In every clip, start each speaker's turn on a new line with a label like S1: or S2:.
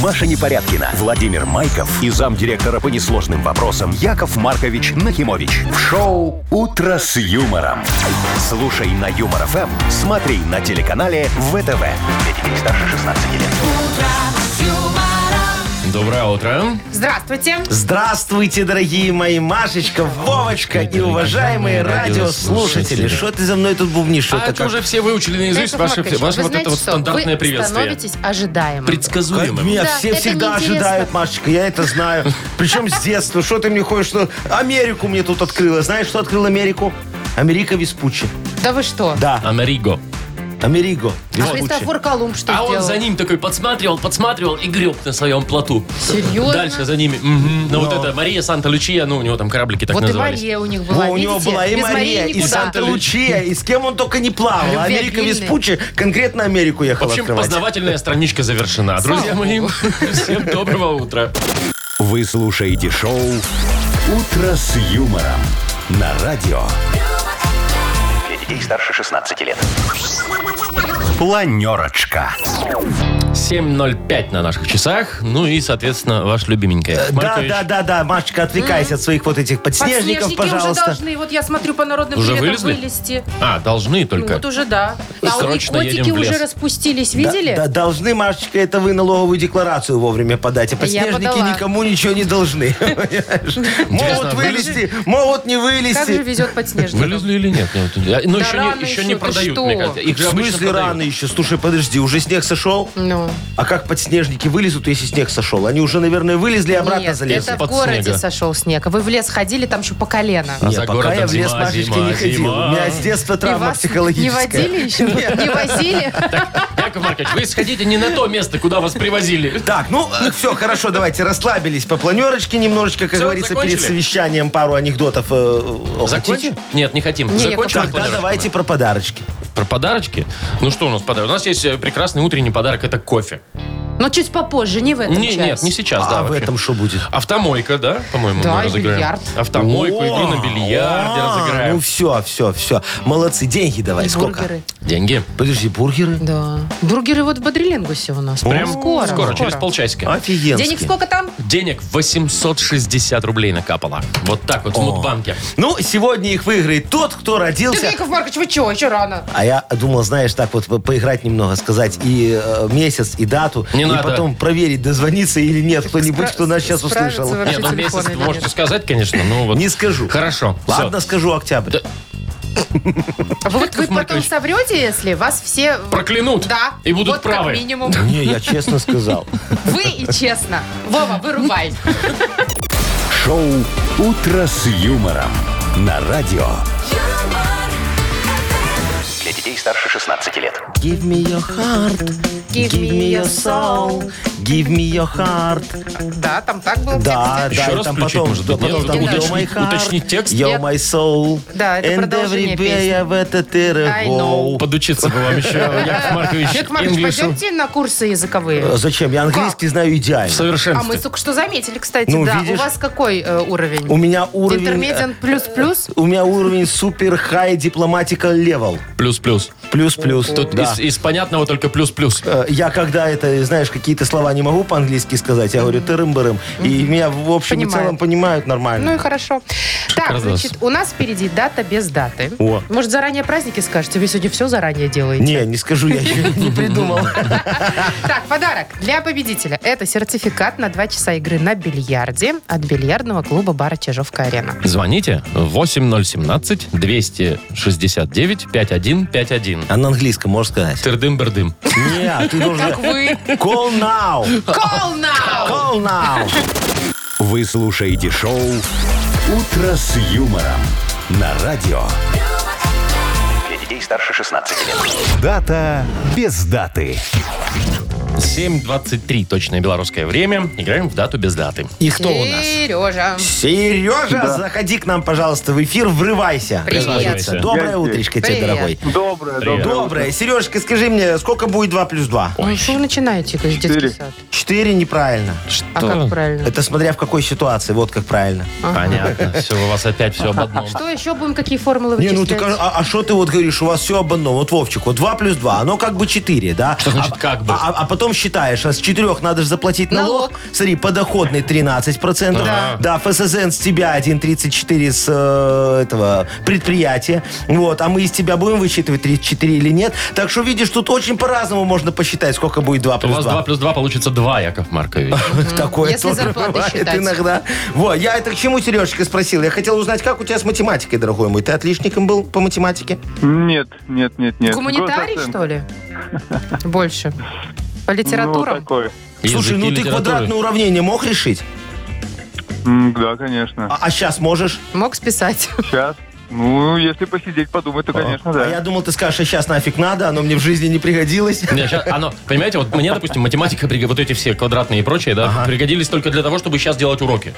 S1: Маша Непорядкина, Владимир Майков и замдиректора по несложным вопросам Яков Маркович Нахимович. В шоу «Утро с юмором». Слушай на Юмор ФМ, смотри на телеканале ВТВ. Для детей старше 16 лет.
S2: Доброе утро.
S3: Здравствуйте.
S4: Здравствуйте, дорогие мои Машечка, Вовочка и уважаемые радиослушатели. Что ты за мной тут бубнишь?
S2: а
S4: Это
S2: это
S4: как-
S2: уже все выучили наизусть
S3: Яков
S2: ваше,
S3: Маркович,
S2: ваше
S3: вы
S2: вот
S3: знаете
S2: это вот
S3: что?
S2: стандартное
S3: Вы
S2: приветствие.
S3: становитесь ожидаемым.
S4: Как
S2: Предсказуемым.
S4: Меня
S3: Да,
S4: все
S3: это
S4: всегда
S3: неинтересно.
S4: ожидают, Машечка, я это знаю. Причем с детства. Что ты мне ходишь? Что... Америку мне тут открыла. Знаешь, что открыл Америку? Америка Веспуччи.
S3: Да вы что?
S4: Да,
S2: Америго.
S4: Америго
S3: А
S4: Веспуччи.
S3: Христофор Колумб что
S2: А он
S3: сделал?
S2: за ним такой подсматривал, подсматривал и греб на своем плоту.
S3: Серьезно?
S2: Дальше за ними. Мгм. Ну вот это Мария Санта-Лучия, ну у него там кораблики так
S3: Вот и
S2: назывались.
S3: Мария у них
S4: Во,
S3: была,
S4: у него
S3: видите?
S4: была и
S3: Без
S4: Мария,
S3: Марии
S4: и
S3: никуда.
S4: Санта-Лучия, и с кем он только не плавал.
S3: Любви
S4: А Америка
S3: обильной.
S4: Веспуччи конкретно Америку
S2: В
S4: ехала
S2: общем,
S4: открывать.
S2: познавательная страничка завершена. Друзья мои, всем доброго утра.
S1: Вы слушаете шоу «Утро с юмором» на радио. Для детей старше 16 лет. Планерочка.
S2: 7.05 на наших часах. Ну и, соответственно, ваш любименький. Яков
S4: Да,
S2: Маркович.
S4: да, да, да, Машечка, отвлекайся от своих вот этих подснежников,
S3: Подснежники уже
S4: пожалуйста.
S3: должны, вот я смотрю по народным
S2: Уже
S3: билетам,
S2: вылезли?
S3: вылезти.
S2: А, должны
S3: Ну,
S2: только.
S3: вот уже да. А у них
S2: Срочно
S3: котики
S2: едем в лес.
S3: уже распустились,
S4: Да,
S3: видели?
S4: Да, должны, Машечка, это вы налоговую декларацию вовремя подать. А подснежники
S3: подала.
S4: никому ничего не должны. понимаешь? Могут вылезти, могут не
S3: Как же
S4: вылезти.
S3: везет подснежникам.
S2: Вылезли или нет? Я вот не знаю. Но
S3: Да
S2: еще,
S3: рано
S2: не, еще
S3: еще,
S2: не
S3: ты
S2: продают,
S3: что?
S2: мне кажется. Их
S4: В
S2: же обычно
S4: смысле
S2: продают.
S4: рано еще? Слушай, подожди, уже снег сошел?
S3: Ну,
S4: А как подснежники вылезут, если снег сошел? Они уже, наверное, вылезли и обратно
S3: нет,
S4: залезли.
S3: это в
S2: Под
S3: городе
S2: снега.
S3: сошел снег. Вы в лес ходили, там еще поколено.
S2: А
S4: Нет,
S2: за
S4: пока
S2: городом
S4: я в лес,
S2: зима,
S4: Машечка,
S2: зима,
S4: не ходил.
S2: зима.
S4: У меня с детства
S3: И
S4: травма
S3: вас не
S4: психологическая.
S3: водили еще? Не возили?
S2: Яков Маркович, вы сходите не на то место, куда вас привозили.
S4: Так, ну все, хорошо, давайте расслабились по планерочке немножечко, как
S2: Всё,
S4: говорится, перед
S2: закончили?
S4: закончим пару анекдотов. э, э,
S2: Закончим?
S4: хотите?
S2: Нет, не хотим.
S3: Не,
S2: Закончим
S3: Яков
S4: Тогда
S2: подарочками?
S4: давайте про подарочки.
S2: Про подарочки? Ну что у нас подарок? У нас есть э, прекрасный утренний подарок, это кофе.
S3: Но чуть попозже, не в этом
S2: Не, нет, не
S3: часе.
S2: сейчас, да.
S4: а в
S2: вообще.
S4: этом что будет?
S2: Автомойка, да, по-моему,
S3: Да,
S2: мы
S3: и
S2: разыграем.
S3: бильярд.
S2: Автомойку,
S4: О,
S2: игру на бильярде
S4: а,
S2: разыграем.
S4: Ну все, все, все. Молодцы, деньги давай.
S3: И
S4: Сколько?
S3: бургеры.
S2: Деньги.
S4: Подожди, бургеры?
S3: Да. Бургеры вот в Бодрилингусе у нас. Прям Ну, скоро.
S2: Скоро, через полчасика.
S4: Офигенски.
S3: Денег сколько там?
S2: Денег 860 рублей накапало. Вот так вот в Мудбанке.
S4: Ну, сегодня их выиграет тот, кто
S3: Так,
S4: родился...
S3: Яков Маркович, вы чего? Еще рано.
S4: А я думал, знаешь, так вот по- поиграть немного, сказать и э, месяц, и дату,
S2: Не
S4: и
S2: надо.
S4: потом проверить, дозвонится или нет кто-нибудь, кто нас сейчас
S3: Справится
S4: услышал.
S3: вообще
S2: Нет, ну
S3: телефон
S2: месяц
S3: или
S2: вы
S3: нет?
S2: можете сказать, конечно, но вот...
S4: Не скажу.
S2: Хорошо. всё.
S4: Ладно, скажу октябрь.
S2: Да.
S3: А вот вы потом
S2: Маркович.
S3: соврете, если вас все...
S2: Проклянут.
S3: Да.
S2: И будут
S3: вот
S2: правы.
S3: как минимум.
S4: Не, я честно сказал.
S3: Вы и честно. Вова, вырубай.
S1: Шоу «Утро с юмором» на радио.
S5: юмор,
S6: Для детей старше 16 лет.
S4: Give me your heart, give me your soul, give me your heart.
S3: Да, там так было. в
S4: Да,
S3: тексте.
S2: Еще
S4: да, и
S2: раз
S4: там
S2: включить,
S4: потом,
S2: может
S4: да,
S2: быть, нет?
S4: потом там
S3: Уточнить-
S4: yo my heart,
S2: уточнить текст?
S4: yo
S3: Нет.
S4: my soul,
S3: Да, это
S4: and
S3: продолжение
S4: every day
S3: песни.
S4: I've had to
S3: I know.
S2: Подучиться бы вам еще, Яков Маркович,
S3: Яков Маркович,
S2: инглишу.
S3: пойдемте на курсы языковые.
S4: Э, Зачем? Я английский знаю
S2: В
S3: А
S4: идеально.
S3: мы
S2: совершенстве.
S3: только что заметили, кстати,
S4: Ну,
S3: да. У
S4: видишь?
S3: вас какой э, уровень?
S4: У меня уровень... э,
S3: Интермедиан плюс-плюс?
S4: У меня уровень супер хай дипломатика левел.
S2: Плюс-плюс.
S4: Плюс-плюс.
S2: Тут
S4: да.
S2: из, из понятного только плюс-плюс.
S4: Э, Я когда это, знаешь, какие-то слова не могу по-английски сказать, я говорю тырым-бырым. И меня в общем и
S3: Понимаю.
S4: целом понимают
S3: Ну и
S4: нормально.
S3: хорошо. Так,
S2: раздался.
S3: значит, у нас впереди дата без даты.
S4: О.
S3: Может, заранее праздники скажете? Вы сегодня все заранее делаете.
S4: Не, не скажу, я еще не придумал.
S3: Так, подарок для победителя. Это сертификат на 2 часа игры на бильярде от бильярдного клуба бара Чижовка-Арена.
S2: Звоните 8017-269-5151.
S4: А на английском можешь сказать?
S2: Тырдым-бердым.
S4: Не, ты должен...
S3: Вы
S4: Call now!
S3: call now!
S4: Call now!
S1: Вы слушаете шоу «Утро с юмором» на радио.
S6: Для детей старше 16 лет.
S1: Дата без даты.
S2: 7.23 точное белорусское время. Играем в дату без даты.
S4: И кто у нас?
S3: Сережа.
S4: Сережа, заходи к нам, пожалуйста, в эфир, врывайся.
S3: Привет.
S4: Пожалуйста. Доброе утречко тебе,
S3: Привет.
S4: дорогой.
S7: Доброе,
S2: Привет.
S7: доброе.
S4: Доброе. Сережка, скажи мне, сколько будет 2 плюс 2?
S3: Ну что вы начинаете, как детский
S7: Четыре.
S3: сад?
S4: 4 неправильно.
S3: А как правильно?
S4: Это смотря в какой ситуации, вот как правильно.
S2: Понятно. Все, у вас опять все об одном.
S3: Что еще А будем, какие формулы
S4: Не,
S3: вычислять?
S4: ну ты кажешь, а что ты вот говоришь, у вас все об одном. Вот, Вовчик, вот 2 плюс 2, оно как бы 4, да? Что
S2: значит «как бы»?
S4: А, а потом потом считаешь, а с четырех надо же заплатить налог.
S3: Налог.
S4: Смотри, подоходный 13%.
S3: Да.
S4: Да, ФССН с тебя 1,34 с э, этого предприятия. Вот, а мы из тебя будем вычитывать 34 или нет. Так что, видишь, тут очень по-разному можно посчитать, сколько будет 2
S2: У
S4: плюс
S2: вас
S4: 2.
S2: 2 плюс 2 получится 2, Яков Маркович.
S4: Такое
S3: Если
S4: тоже
S3: зарплаты
S4: бывает
S3: считать.
S4: иногда. Вот, я это к чему, Сережечка, спросил. Я хотел узнать, как у тебя с математикой, дорогой мой. Ты отличником был по математике?
S5: Нет, нет, нет, нет.
S3: Гуманитарий, что ли? Больше. По
S5: Литература? Ну,
S3: литературам?
S5: такой.
S4: Слушай,
S2: Языки
S4: ну ты
S2: литературы.
S4: квадратное уравнение мог решить?
S5: М, Да, конечно.
S4: А, сейчас можешь?
S3: Мог списать.
S5: Сейчас. Ну, если посидеть, подумать, то, конечно,
S4: А
S5: да.
S4: я думал, ты скажешь, а сейчас нафиг надо, оно мне в жизни не пригодилось.
S2: Не, щас- оно, понимаете, вот мне, допустим, математика, приг- вот эти все квадратные и прочие, да, пригодились только для того, чтобы сейчас делать уроки.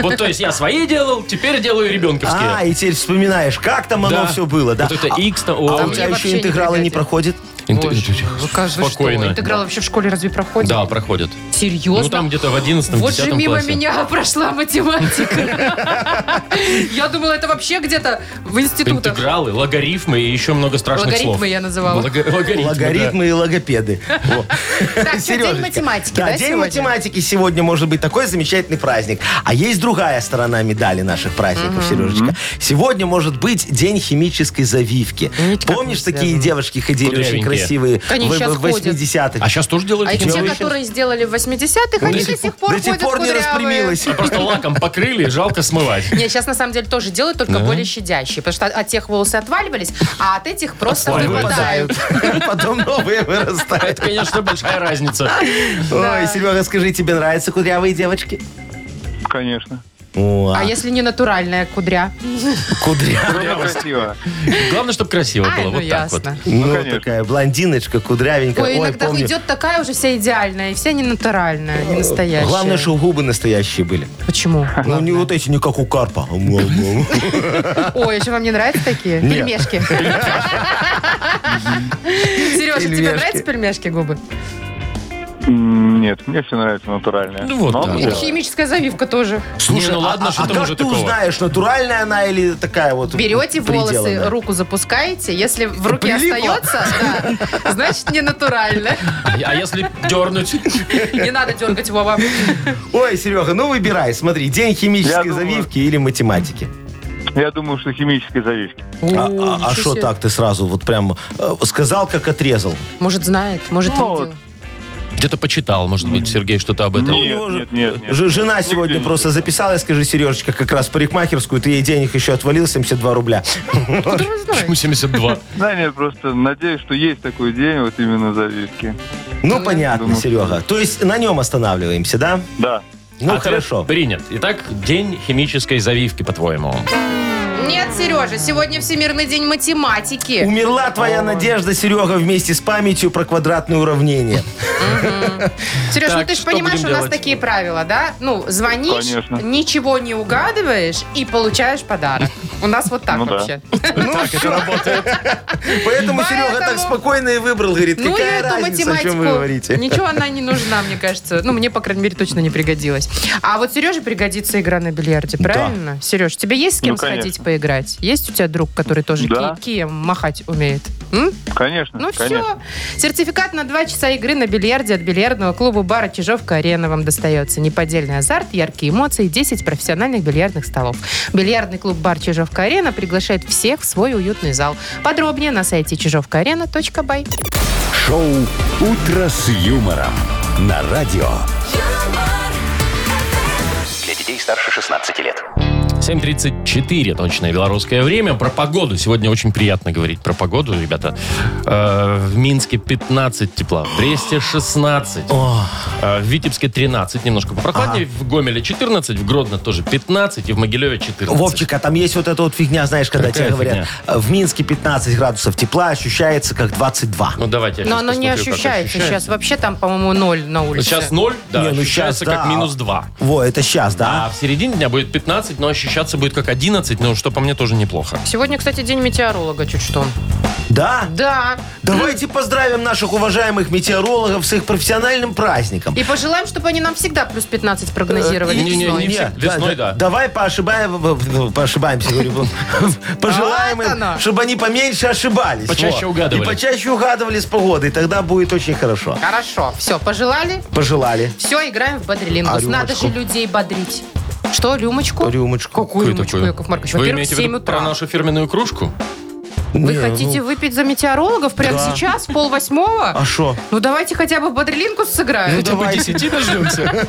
S2: Вот, то есть я свои делал, теперь делаю ребенковские.
S4: А, и теперь вспоминаешь, как там
S2: Да.
S4: оно все было, да?
S2: Вот это
S4: А-
S2: X, там,
S4: А
S2: о,
S4: у тебя
S3: мне вообще
S4: еще
S3: не
S4: интегралы не
S3: пригодится.
S4: проходят?
S2: инт-
S3: Боже,
S2: инт-
S3: ну как же что,
S2: Спокойно.
S3: Интеграл вообще в школе разве проходит?
S2: Да, проходят.
S3: Серьезно?
S2: Ну, там где-то в 11-м,
S3: Вот же
S2: 10-м
S3: мимо
S2: классе.
S3: меня прошла математика. Я думала, это вообще где-то в институтах.
S2: Интегралы, логарифмы и еще много страшных
S3: Логарифмы
S2: слов.
S3: я называла.
S2: Лога- логарифмы,
S4: Логарифмы и логопеды. Во.
S3: Так, что, день
S4: Сережечка.
S3: математики, да,
S4: день
S3: сегодня?
S4: математики сегодня может быть такой замечательный праздник. А есть другая сторона медали наших праздников, Сережечка. Сегодня может быть день химической завивки.
S3: Никак Ну, не
S4: Помнишь,
S3: связано.
S4: такие девушки ходили очень
S2: Кудрявенькие.
S4: красивые
S3: Они
S4: в-
S3: сейчас
S4: в
S3: ходят.
S4: 80-х?
S2: да. А сейчас тоже
S3: А
S2: делают?
S3: эти
S2: химию?
S3: те,
S4: Девочки.
S3: которые сделали в 80-х, они
S4: До
S3: до
S4: сих-
S3: сих пор
S4: до сих
S3: ходят
S4: пор не
S3: кудрявые.
S4: распрямилась.
S2: Просто лаком покрыли, жалко смывать.
S3: Не, сейчас на самом деле тоже делают, только более щадящие, потому что от тех волосы отваливались, а от этих просто
S2: Отваливаются.
S3: выпадают.
S4: Потом новые вырастают.
S2: Это, конечно, большая разница.
S4: Ой, Серега, скажи, тебе нравятся кудрявые девочки?
S5: Конечно.
S4: О,
S3: А если не натуральная кудря?
S4: кудрявая.
S5: Тоже Ну, красиво.
S2: Главное, чтобы красиво
S3: Ай,
S2: было.
S3: ну
S2: Вот так вот.
S3: ясно.
S4: Ну,
S5: конечно.
S4: такая блондиночка, кудрявенькая.
S3: Ой, иногда
S4: помню. Э,
S3: идет такая уже вся идеальная, и вся не натуральная, не настоящая.
S4: Главное, что губы настоящие были.
S3: Почему?
S4: Ну, не вот эти, не ну как у карпа.
S3: Ой, а что вам не нравятся такие?
S4: Нет.
S3: Пельмешки. Сережа, тебе
S4: Пельмешки.
S3: нравятся пельмешки губы?
S5: М, Нет, мне все нравится натуральное.
S2: Ну, вот
S5: Но
S2: так.
S3: И
S2: Да.
S3: химическая завивка тоже.
S2: Слушай,
S4: Не,
S2: ну ладно,
S4: а-
S2: что
S4: а
S2: там уже
S4: как ты
S2: такого?
S4: узнаешь, натуральная она или такая вот
S3: Берете волосы,
S4: приделанная?
S3: руку запускаете, если в руке
S4: Прилипло.
S3: остается, да, значит не натурально.
S2: А если дернуть?
S3: Не надо дергать Вова.
S4: Ой, Серега, ну выбирай, смотри, день
S5: Я
S4: химической
S5: думаю.
S4: завивки или математики.
S5: Я думаю, что химические завивки.
S4: А- А а что так ты сразу вот прям э, сказал, как отрезал?
S3: Может, знает, может,
S5: Ну, вот.
S3: видел.
S2: Где-то почитал, может быть, Сергей что-то об этом.
S5: Нет,
S4: него же-
S5: нет, нет, нет.
S4: Ж- Жена сегодня
S5: не
S4: просто записалась, скажи, Сережечка, как раз в парикмахерскую, ты ей денег еще отвалил, 72 рубля.
S3: Откуда вы знаете?
S2: Почему 72?
S5: Да, нет, просто надеюсь, что есть такой день, вот именно завивки.
S4: Ну, понятно,
S5: думаю.
S4: Серега. То есть на нем останавливаемся, да?
S5: Да.
S4: Ну,
S2: Ответ
S4: хорошо.
S2: Принят. Итак, день химической завивки, по-твоему.
S3: Нет, Сережа, сегодня Всемирный день математики.
S4: Умерла твоя надежда, Серега, вместе с памятью про квадратные уравнения.
S3: Сереж, ну
S2: Так,
S3: ты же
S2: что
S3: понимаешь, у
S2: будем
S3: нас
S2: делать?
S3: такие правила, да? Ну, звонишь,
S5: Конечно.
S3: ничего не угадываешь и получаешь подарок. У нас вот так
S5: Ну да.
S3: вообще.
S2: Так это работает.
S4: Поэтому Серега
S3: Поэтому-
S4: так спокойно и выбрал. Говорит,
S3: Ну и
S4: какая
S3: эту
S4: разница, о чем
S3: математику.
S4: вы говорите.
S3: Ничего она не нужна, мне кажется. Ну, мне, по крайней мере, точно не пригодилась. А вот Сереже пригодится игра на бильярде, правильно? Сереж, тебе есть с кем
S5: Ну, конечно.
S3: сходить поиграть? Есть у тебя друг, который тоже
S5: Да.
S3: ки- кием махать умеет? М?
S5: Конечно,
S3: Ну
S5: конечно.
S3: все. Сертификат на два часа игры на бильярде от бильярдного клуба бара «Чижовка-арена» вам достается. Неподдельный азарт, яркие эмоции, 10 профессиональных бильярдных столов. Бильярдный клуб бар «Чижовка-арена» приглашает всех в свой уютный зал. Подробнее на сайте чижовкаарена.бай.
S1: Шоу «Утро с юмором» на радио.
S6: Для детей старше 16 лет.
S2: 7.34 точное белорусское время. Про погоду. Сегодня очень приятно говорить про погоду, ребята. Э, В Минске 15 тепла, в Бресте 16, э, в Витебске 13, немножко попрохладнее, в Гомеле 14, в Гродно тоже 15 и в Могилеве 14.
S4: Вовчик, а там есть вот эта вот фигня, знаешь, когда
S2: Какая
S4: тебе говорят, э, в Минске 15 градусов тепла, ощущается как 22.
S2: Ну давайте я
S3: Но
S2: щас
S3: оно не
S2: посмотрю, как
S3: ощущается сейчас. Вообще там, по-моему, ноль на улице.
S2: Сейчас 0, да,
S4: Не, ну
S2: ощущается
S4: щас,
S2: как
S4: да.
S2: минус 2.
S4: Во, это сейчас,
S2: А
S4: да?
S2: в середине дня будет 15, но ощущаться будет как 11, ну, что по мне тоже неплохо.
S3: Сегодня, кстати, день метеоролога чуть что.
S4: Да?
S3: Да.
S4: Давайте поздравим наших уважаемых метеорологов с их профессиональным праздником.
S3: И пожелаем, чтобы они нам всегда плюс 15 прогнозировали.
S2: Э, не- не- не-
S3: весной.
S2: всегда. Весной, да.
S4: Давай поошибаем, поошибаемся, говорю. Пожелаем
S3: Вот оно.
S4: им, чтобы они поменьше ошибались.
S2: Почаще
S4: Во.
S2: угадывали.
S4: И почаще угадывали с погодой, тогда будет очень хорошо.
S3: Хорошо. Все, пожелали?
S4: Пожелали.
S3: Все, играем в
S4: А
S3: бодрилингус.
S4: рюмочку?
S3: Надо же людей бодрить. Что, рюмочку?
S4: Рюмочку.
S3: Какую
S2: Какую
S3: рюмочку,
S2: такую?
S3: Яков Маркович?
S2: Вы
S3: Во-первых, в
S2: имеете в
S3: 7
S2: виду про
S3: утра.
S2: нашу фирменную кружку?
S3: Вы
S4: Не, ну,
S3: хотите выпить за метеорологов прямо
S4: Да.
S3: сейчас, пол восьмого?
S4: А шо? Ну
S3: Ну давайте хотя бы бодрилингус сыграем.
S2: Хотя бы 10 дождемся.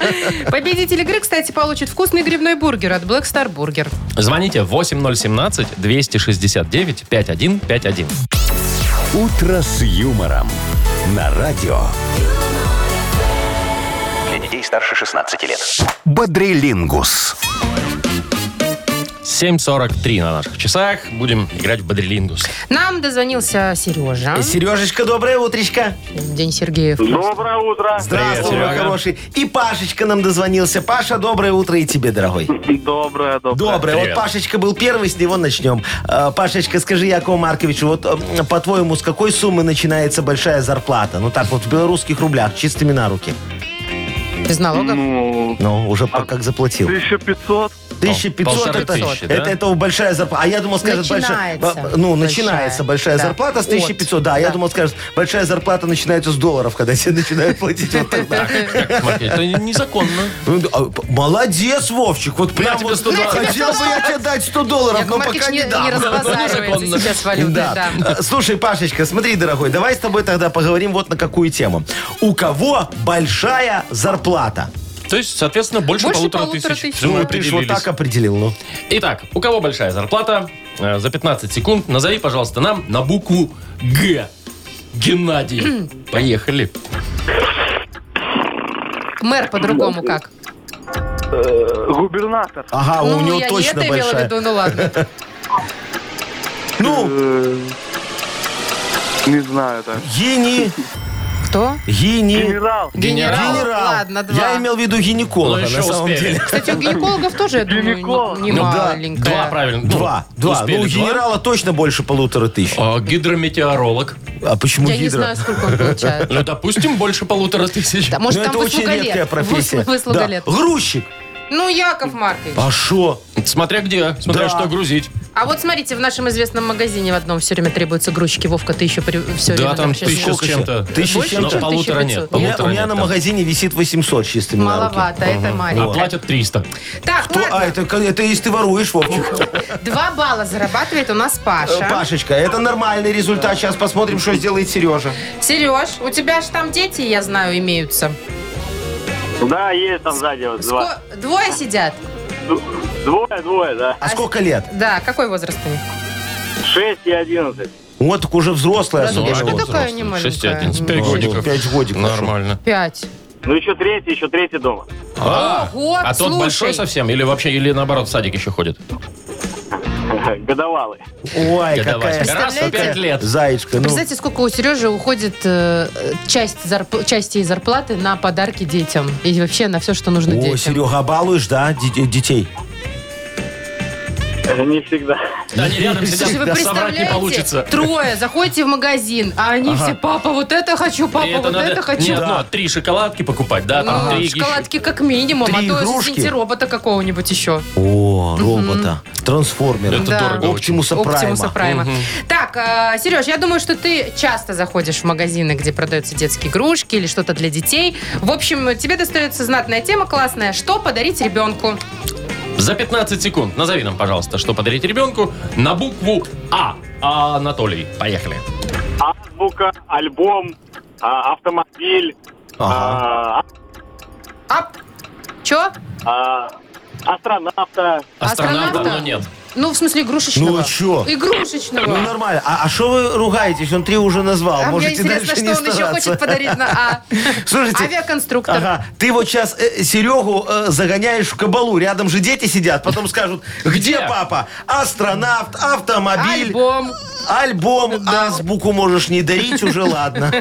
S3: Победитель игры, кстати, получит вкусный грибной бургер от Black Star Burger.
S2: Звоните 8017-269-5151.
S1: «Утро с юмором» на радио.
S6: Для детей старше 16 лет.
S1: Бодрилингус.
S2: 7.43 на наших часах. Будем играть в бодрелингус.
S3: Нам дозвонился Сережа.
S4: Сережечка, доброе утречко.
S3: День Сергеев.
S7: Доброе утро.
S4: Здравствуй,
S2: Привет,
S4: мой
S2: Серега.
S4: хороший. И Пашечка нам дозвонился. Паша, доброе утро и тебе, дорогой.
S7: Доброе, доброе.
S4: Доброе.
S2: Привет.
S4: Вот Пашечка был первый, с него начнем. Э, Пашечка, скажи Якову Марковичу, вот э, по-твоему, с какой суммы начинается большая зарплата? Ну так вот, в белорусских рублях, чистыми на руки.
S3: Без налогов.
S7: Ну,
S4: Ну, уже
S3: А,
S4: по- как заплатил.
S7: 1500.
S4: 1500
S2: полторы
S4: это,
S2: тысячи,
S4: это,
S2: да?
S4: это у большая зарплата. А я думал, скажет большая.
S3: Начинается
S4: б- Ну,
S3: большая,
S4: начинается большая
S3: да.
S4: зарплата с
S3: От.
S4: 1500. Да, я
S3: Да.
S4: думал, скажет, большая зарплата начинается с долларов, когда тебе начинают платить. вот тогда.
S2: Маркель, Это незаконно.
S4: Ну, да, а, п- Молодец, Вовчик. Вот прям
S2: тебе
S4: вот
S2: 100 долларов.
S4: хотел бы я тебе дать 100 долларов,
S3: Яков
S4: но
S3: Маркович
S4: ну, пока
S3: не,
S4: не дам.
S3: не разбазаривается
S2: Законно.
S3: сейчас валюты. Да.
S4: Э, Слушай, Пашечка, смотри, дорогой, давай с тобой тогда поговорим вот на какую тему. У кого большая зарплата?
S2: То есть, соответственно, больше,
S3: Больше
S2: полутора,
S3: полутора
S2: тысяч.
S3: тысяч.
S2: Всё, мы
S4: Ну, ты ж вот
S2: определились.
S4: так определил, ну.
S2: Итак, у кого большая зарплата? Э, За 15 секунд назови, пожалуйста, нам на букву Г. Геннадий. Поехали.
S3: Мэр по-другому
S4: Ну,
S3: как?
S7: э, Губернатор.
S4: Ага, а у
S3: ну,
S4: него
S3: я
S4: точно
S3: не это имела в
S4: большая.
S3: виду, ну ладно.
S4: Ну,
S7: Э, Не знаю так.
S4: гини,
S3: Кто?
S4: гини.
S7: Генерал.
S2: Генерал.
S3: Ладно, два.
S4: Я имел в виду
S2: Но
S4: гинеколога, на
S2: еще
S4: самом
S2: Ну, успели.
S4: деле.
S3: Кстати, у гинекологов тоже, я думаю,
S7: Гинеколог.
S3: не-
S2: Ну,
S4: да.
S3: немаленькая.
S2: Два, правильно. Ну,
S4: Два, два.
S2: успели
S4: Ну, у
S2: два.
S4: генерала точно больше полутора тысяч.
S2: А, гидрометеоролог.
S4: А почему
S3: Я не
S4: гидро?
S3: знаю, сколько он получает.
S2: Ну, допустим, больше полутора тысяч.
S3: Да,
S4: Ну,
S3: Может, там
S4: это очень
S3: выслуга
S4: редкая
S3: лет.
S4: профессия.
S3: Выс- Выслуга
S4: Да.
S3: лет.
S4: Грузчик.
S3: Ну, Яков Маркович.
S4: А шо?
S2: Смотря где, смотря
S4: Да.
S2: что грузить.
S3: А вот смотрите, в нашем известном магазине в одном все время требуются грузчики. Вовка, ты еще при... все
S2: Да,
S3: время
S2: там
S3: вообще
S2: тысяча с
S4: сколько
S2: чем-то.
S4: еще? Тысяча с
S2: Больше,
S4: чем-то?
S2: Но полутора нет.
S3: 1500. У
S4: У меня,
S2: полутора
S4: у меня
S2: нет,
S4: на
S2: да.
S4: магазине висит 800 с чистыми на руки.
S3: Маловато, это
S2: А
S3: маленько.
S2: платят 300.
S3: Так,
S4: Кто? А,
S3: ладно.
S4: это, это если ты воруешь, Вовчик.
S3: Два балла зарабатывает у нас
S4: Э,
S3: Ну, Паша.
S4: Пашечка, это нормальный результат. Сейчас посмотрим, что сделает Сережа.
S3: Сереж, у тебя же там дети, я знаю, имеются.
S7: Да, есть там сзади вот два.
S3: Ско- Двое сидят.
S7: Двое, двое, да.
S4: А сколько лет?
S3: Да, какой возраст у них?
S7: Шесть и одиннадцать.
S4: Вот так уже взрослая.
S3: Да,
S2: Ну,
S4: особенно.
S2: а
S3: Девочка
S2: что
S3: такая
S2: взрослый?
S3: немаленькая.
S2: 6 и 11, 5
S4: Ну,
S2: годиков.
S4: пять годиков.
S2: Нормально.
S3: Пять.
S7: Ну еще третий, еще третий дома.
S2: А,
S3: Ого,
S2: а тот
S3: слушай.
S2: большой совсем? Или вообще, или наоборот, в садик еще ходит?
S7: Годовалый.
S4: Ой,
S2: Годоваль.
S4: какая
S2: Раз в
S3: Представляете?
S2: 5 лет.
S4: зайчка. Ну,
S3: Представляете, сколько у Сережи уходит э, часть зарп- части зарплаты на подарки детям и вообще на все, что нужно
S4: о,
S3: детям.
S4: Серега, балуешь, да, ди- детей?
S7: Не всегда.
S2: Да, они рядом сидят,
S3: Слушай, вы
S2: соврать не
S3: представляете,
S2: получится.
S3: трое, заходите в магазин, а они все, папа, вот это хочу, папа,
S2: И
S3: вот
S2: надо
S3: это хочу.
S2: не одну, а три шоколадки покупать, да?
S3: Ну,
S2: Там три
S3: шоколадки как минимум,
S4: Три
S3: а то
S4: игрушки?
S3: извините, робота какого-нибудь еще.
S4: О, робота. Трансформера.
S2: Это
S3: Да.
S2: дорого очень.
S4: Оптимуса
S3: Оптимуса
S4: Прайма.
S3: Прайма. Так, Сереж, я думаю, что ты часто заходишь в магазины, где продаются детские игрушки или что-то для детей. В общем, тебе достается знатная тема классная. Что подарить ребенку?
S2: За 15 секунд назови нам, пожалуйста, что подарить ребенку на букву А. Анатолий, поехали.
S7: Азбука, альбом, а, автомобиль,
S4: Ага.
S7: а,
S3: Ап. Че?
S7: а, астронавта.
S2: Астронавта,
S3: Астронавта?
S2: но нет.
S3: Ну, в смысле, игрушечного.
S4: Ну, а чё?
S3: Игрушечного.
S4: Ну, нормально. А, а что вы ругаетесь? Он три уже назвал.
S3: А мне
S4: Можете
S3: интересно,
S4: дальше не
S3: что он еще
S4: стараться.
S3: хочет подарить на А.
S4: Слушайте,
S3: Авиаконструктор.
S4: Ага, ты вот сейчас Серегу э, загоняешь в кабалу, рядом же дети сидят, потом скажут, где
S2: Где?
S4: папа? Астронавт, автомобиль.
S3: Альбом.
S4: Альбом, азбуку можешь не дарить, уже ладно.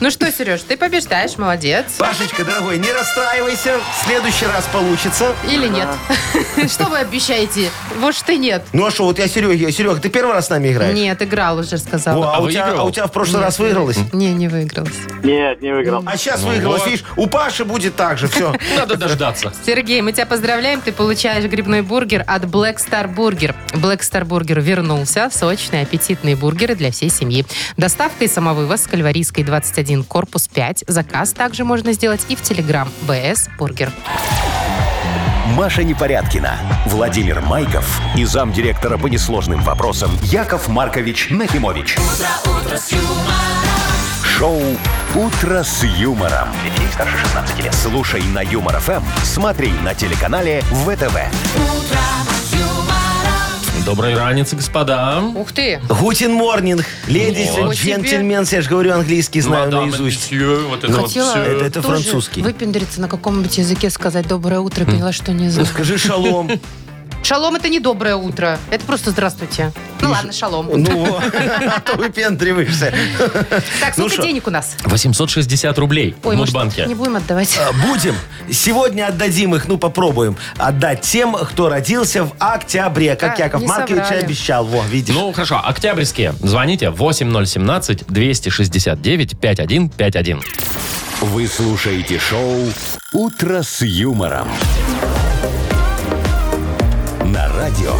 S3: Ну что, Сереж, ты побеждаешь, молодец.
S4: Пашечка, дорогой, не расстраивайся. В следующий раз получится.
S3: Или нет? Что вы обещаете? Вот что нет.
S4: Ну а что, вот я Серега, Серега, ты первый раз с нами играешь?
S3: Нет, играл уже,
S4: Во,
S3: сказала.
S4: а,
S2: А
S4: у тебя,
S2: выиграл?
S4: а у тебя в прошлый раз выигралось?
S3: Не, не выигралась.
S7: Нет, не выиграл.
S4: А сейчас выигралось,
S2: Ну вот.
S4: видишь, у Паши будет так же, все.
S2: Надо дождаться.
S3: Сергей, мы тебя поздравляем. Ты получаешь грибной бургер от Black Star Burger. Black Star Burger вернулся. Сочные, аппетитные бургеры для всей семьи. Доставка и самовывоз с Кальварийской 21, корпус 5. Заказ также можно сделать и в Телеграм. БС Бургер.
S1: Маша Непорядкина, Владимир Майков и замдиректора по несложным вопросам Яков Маркович Нахимович. Шоу Утро с юмором. Детей старше 16 лет. Слушай на юмор ФМ, смотри на телеканале ВТВ.
S2: Доброй раницы, господа.
S3: Ух ты!
S4: Гутин морнинг, леди,
S2: Вот.
S4: джентльменс, я же говорю английский, знаю
S2: Ну Мадам
S4: наизусть.
S2: Мсье, вот это вот
S3: Хотела
S2: всё.
S4: Ну, Это- это
S3: тоже
S4: французский.
S3: выпендриться на каком-нибудь языке, сказать «доброе утро», поняла, что не знаю.
S4: Скажи шалом.
S3: Шалом – это не «доброе утро», это просто «здравствуйте». Ну ладно, шалом.
S4: Ну, вот. а то выпендриваешься.
S3: Так,
S4: ну
S3: сколько
S4: шо?
S3: денег у нас?
S2: 860 рублей в
S3: Ой, может,
S2: Мудбанке.
S3: не будем отдавать.
S4: А, Будем. Сегодня отдадим их, ну попробуем отдать тем, кто родился в октябре, как
S3: Да,
S4: Яков
S3: не
S4: Маркович и
S3: соврали.
S4: обещал. Во, видишь.
S2: Ну, хорошо. Октябрьские. Звоните 8017-269-5151.
S1: Вы слушаете шоу Утро с юмором. На радио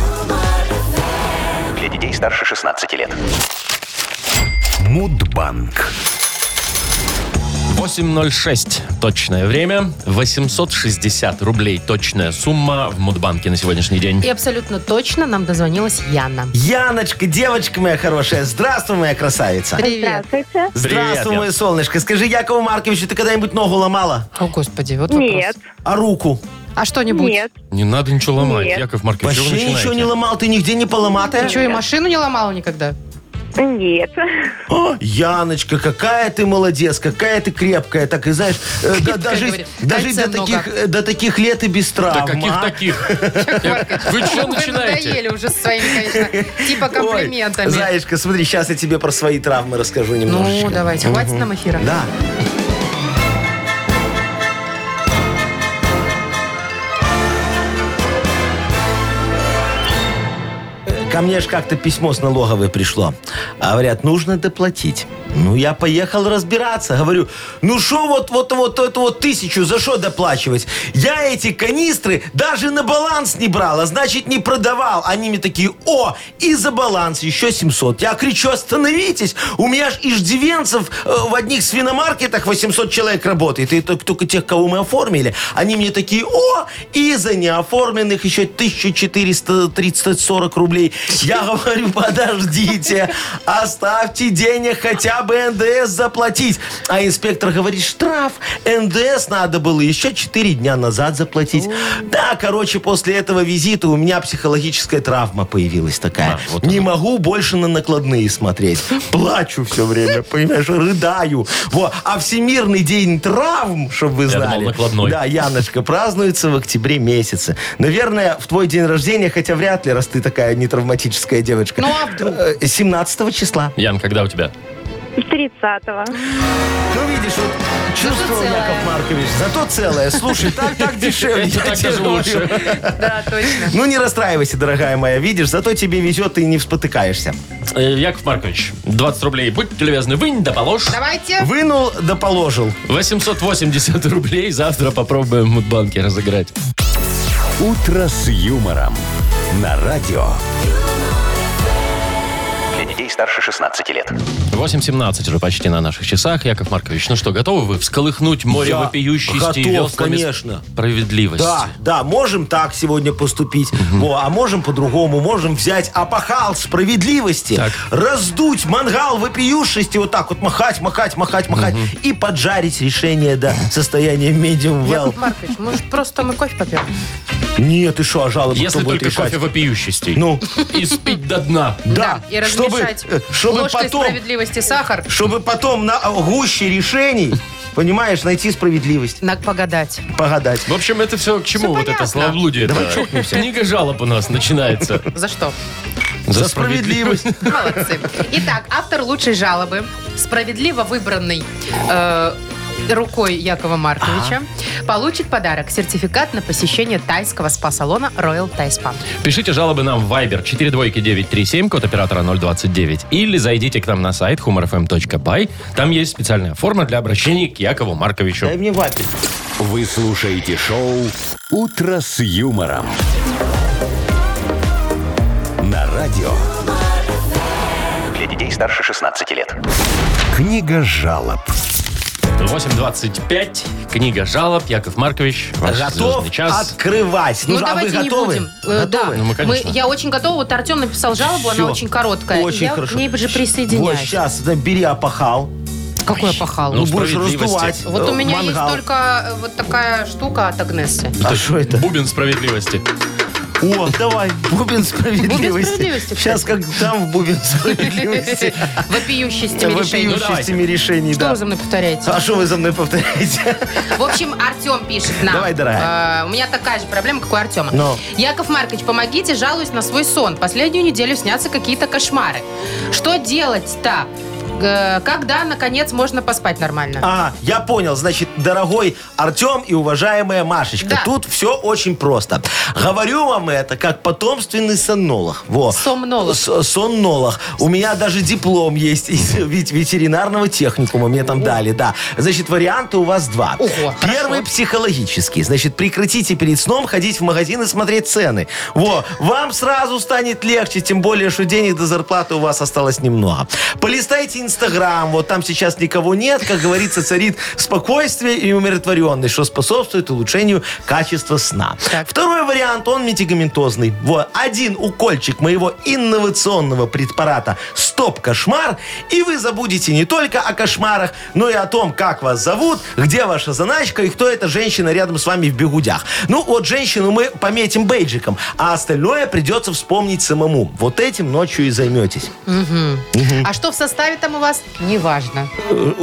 S6: Для детей старше 16 лет.
S1: Мудбанк.
S2: 8.06 точное время. 860 рублей точная сумма в Мудбанке на сегодняшний день.
S3: И абсолютно точно нам дозвонилась Яна.
S4: Яночка, девочка моя хорошая, здравствуй, моя красавица.
S3: Привет.
S8: Здравствуйте.
S4: Здравствуй,
S2: Ян.
S4: мое солнышко. Скажи, Якову Марковичу, ты когда-нибудь ногу ломала?
S3: О, господи, вот вопрос.
S8: Нет,
S4: А руку?
S3: А что-нибудь?
S8: нет.
S2: Не надо ничего ломать,
S8: Нет.
S2: Яков Маркович. чего вы
S4: Вообще ничего
S2: начинаете?
S4: не ломал, ты нигде не поломатая?
S3: Ты что, и машину не ломала никогда?
S8: Нет.
S4: О, Яночка, какая ты молодец, какая ты крепкая. Так и знаешь, э, да-
S3: Крепкая,
S4: дожить,
S3: говорит.
S4: дожить до
S3: Кольца много.
S4: таких, э, до таких лет и без травм.
S2: Да
S4: а?
S2: каких таких?
S4: Э,
S2: Вы что
S3: Вы
S2: начинаете?
S3: надоели уже со своими, конечно, типа
S4: Ой,
S3: комплиментами.
S4: Зайчка, смотри, сейчас я тебе про свои травмы расскажу немножечко.
S3: ну, давайте, хватит нам эфира.
S4: Да. Ко мне ж как-то письмо с налоговой пришло. А говорят, нужно доплатить. Ну, я поехал разбираться. Говорю, ну что вот, вот, вот эту вот тысячу, за что доплачивать? Я эти канистры даже на баланс не брал, а значит не продавал. Они мне такие, о, и за баланс еще 700. Я кричу, остановитесь, у меня ж иждивенцев э, в одних свиномаркетах 800 человек работает. И только, только тех, кого мы оформили. Они мне такие, о, и за неоформленных еще 1430-40 рублей. Я говорю, подождите, оставьте денег хотя бы НДС заплатить. А инспектор говорит, штраф, НДС надо было еще 4 дня назад заплатить. Да, короче, после этого визита у меня психологическая травма появилась такая.
S2: А, вот
S4: Не могу больше на накладные смотреть. Плачу все время, понимаешь, рыдаю. Во. А Всемирный день травм, чтобы вы
S2: Я думал,
S4: знали.
S2: накладной.
S4: Да, Яночка, празднуется в октябре месяце. Наверное, в твой день рождения, хотя вряд ли, раз ты такая нетравматическая девочка.
S3: Ну, а вдруг?
S4: Э, 17 числа.
S2: Ян, когда у тебя?
S8: 30-го.
S4: Ну, видишь, вот чувствовал,
S3: целое.
S4: Яков Маркович. Зато целое. Слушай, так, так дешевле. я
S2: Так
S4: тебе
S2: даже
S4: говорю.
S2: лучше.
S3: Да, точно.
S4: Ну, не расстраивайся, дорогая моя. Видишь, зато тебе везет, ты не вспотыкаешься.
S2: Э, Яков Маркович, 20 рублей. Будьте любезны, вынь да положь.
S3: Давайте.
S4: Вынул да положил.
S2: 880 рублей завтра попробуем в Мудбанке разыграть.
S1: Утро с юмором. На радио
S6: Для детей старше 16 лет.
S2: 8.17 уже почти на наших часах. Яков Маркович, ну что, готовы вы всколыхнуть море
S4: Я
S2: вопиющести
S4: готов,
S2: веслами
S4: конечно.
S2: справедливости?
S4: Да, да, можем так сегодня поступить, Во, а можем по-другому, можем взять опахал справедливости,
S2: Так.
S4: раздуть мангал вопиюшести, вот так вот махать, махать, махать, махать, и поджарить решение до состояния medium well.
S3: Яков Маркович, может, просто мы кофе попьем?
S4: Нет, и что, а жалобы
S2: Если
S4: кто будет
S2: только
S4: решать?
S2: кофе вопиющестей.
S4: Ну,
S2: И спить до дна.
S4: да,
S3: И
S4: чтобы,
S3: размешать
S4: э, чтобы
S3: ложкой
S4: потом,
S3: справедливости сахар.
S4: чтобы потом на гуще решений, понимаешь, найти справедливость,
S3: На погадать.
S4: погадать.
S2: В общем, это все к чему
S3: Всё
S2: вот это
S3: понятно.
S2: словоблудие?
S4: Давай чокнемся.
S2: Книга жалоб у нас начинается.
S3: За что?
S4: За справедливость.
S3: Молодцы. Итак, автор лучшей жалобы, справедливо выбранный э, рукой Якова Марковича, получит подарок. Сертификат на посещение тайского спа-салона Royal Thai Spa.
S2: Пишите жалобы нам в Viber 42937, код оператора 029. Или зайдите к нам на сайт humorfm.by. Там есть специальная форма для обращения к Якову Марковичу.
S4: Дай мне вафель.
S1: Вы слушаете шоу «Утро с юмором». На радио
S6: Для детей старше 16 лет.
S1: «Книга жалоб».
S2: 8.25, книга жалоб, Яков Маркович, ваш
S4: Готов
S2: звездный час.
S4: открывать.
S3: Ну,
S4: а
S3: давайте
S4: вы
S3: не
S4: готовы?
S3: будем. Э, да.
S2: Ну, мы, конечно.
S3: я очень готова. Вот Артем написал жалобу,
S4: Всё.
S3: она очень короткая. И
S4: Очень
S3: я
S4: хорошо.
S3: к ней же
S4: Вот
S3: присоединяюсь.
S4: сейчас бери опахал.
S3: Какой опахал.
S2: Ну,
S4: Ну, будешь
S2: справедливости.
S4: раздувать.
S3: вот
S4: э,
S3: у меня
S4: мангал.
S3: есть только э, вот такая штука от Агнессы.
S4: А что это?
S2: Бубен справедливости.
S4: О, давай, бубен справедливости.
S3: Бубен справедливости,
S4: Сейчас как там в бубен справедливости.
S3: Вопиющий с теми решениями.
S4: Вопиющий
S2: Ну, давайте.
S4: с теми решений,
S3: Что
S4: да.
S3: вы за мной повторяете?
S4: А что вы за мной повторяете?
S3: В общем, Артем пишет нам.
S4: Давай, дорогая. Ну.
S3: Э, у меня такая же проблема, как у Артема.
S4: Но.
S3: Яков Маркович, помогите, жалуюсь на свой сон. Последнюю неделю снятся какие-то кошмары. Что делать-то? Э, когда, наконец, можно поспать нормально?
S4: А, я понял. Значит, дорогой Артем и уважаемая Машечка,
S3: Да.
S4: тут все очень просто. Говорю вам это как потомственный соннолог. Во.
S3: Сомнолог.
S4: С- соннолог. У меня даже диплом есть из вет- ветеринарного техникума. Мне там дали, да. Значит, варианты у вас два.
S3: Ого,
S4: Первый
S3: хорошо.
S4: психологический. Значит, прекратите перед сном ходить в магазин и смотреть цены. Во. Вам сразу станет легче, тем более, что денег до зарплаты у вас осталось немного. Полистайте Инстаграм. Вот там сейчас никого нет. Как говорится, царит спокойствие и умиротворенность, что способствует улучшению качества сна.
S3: Так.
S4: Второй вариант, он медикаментозный. Вот, один укольчик моего инновационного препарата «Стоп кошмар», и вы забудете не только о кошмарах, но и о том, как вас зовут, где ваша заначка и кто эта женщина рядом с вами в бегудях. Ну, вот женщину мы пометим бейджиком, а остальное придется вспомнить самому. Вот этим ночью и займетесь.
S3: А что в составе там у вас? Неважно.
S4: Э,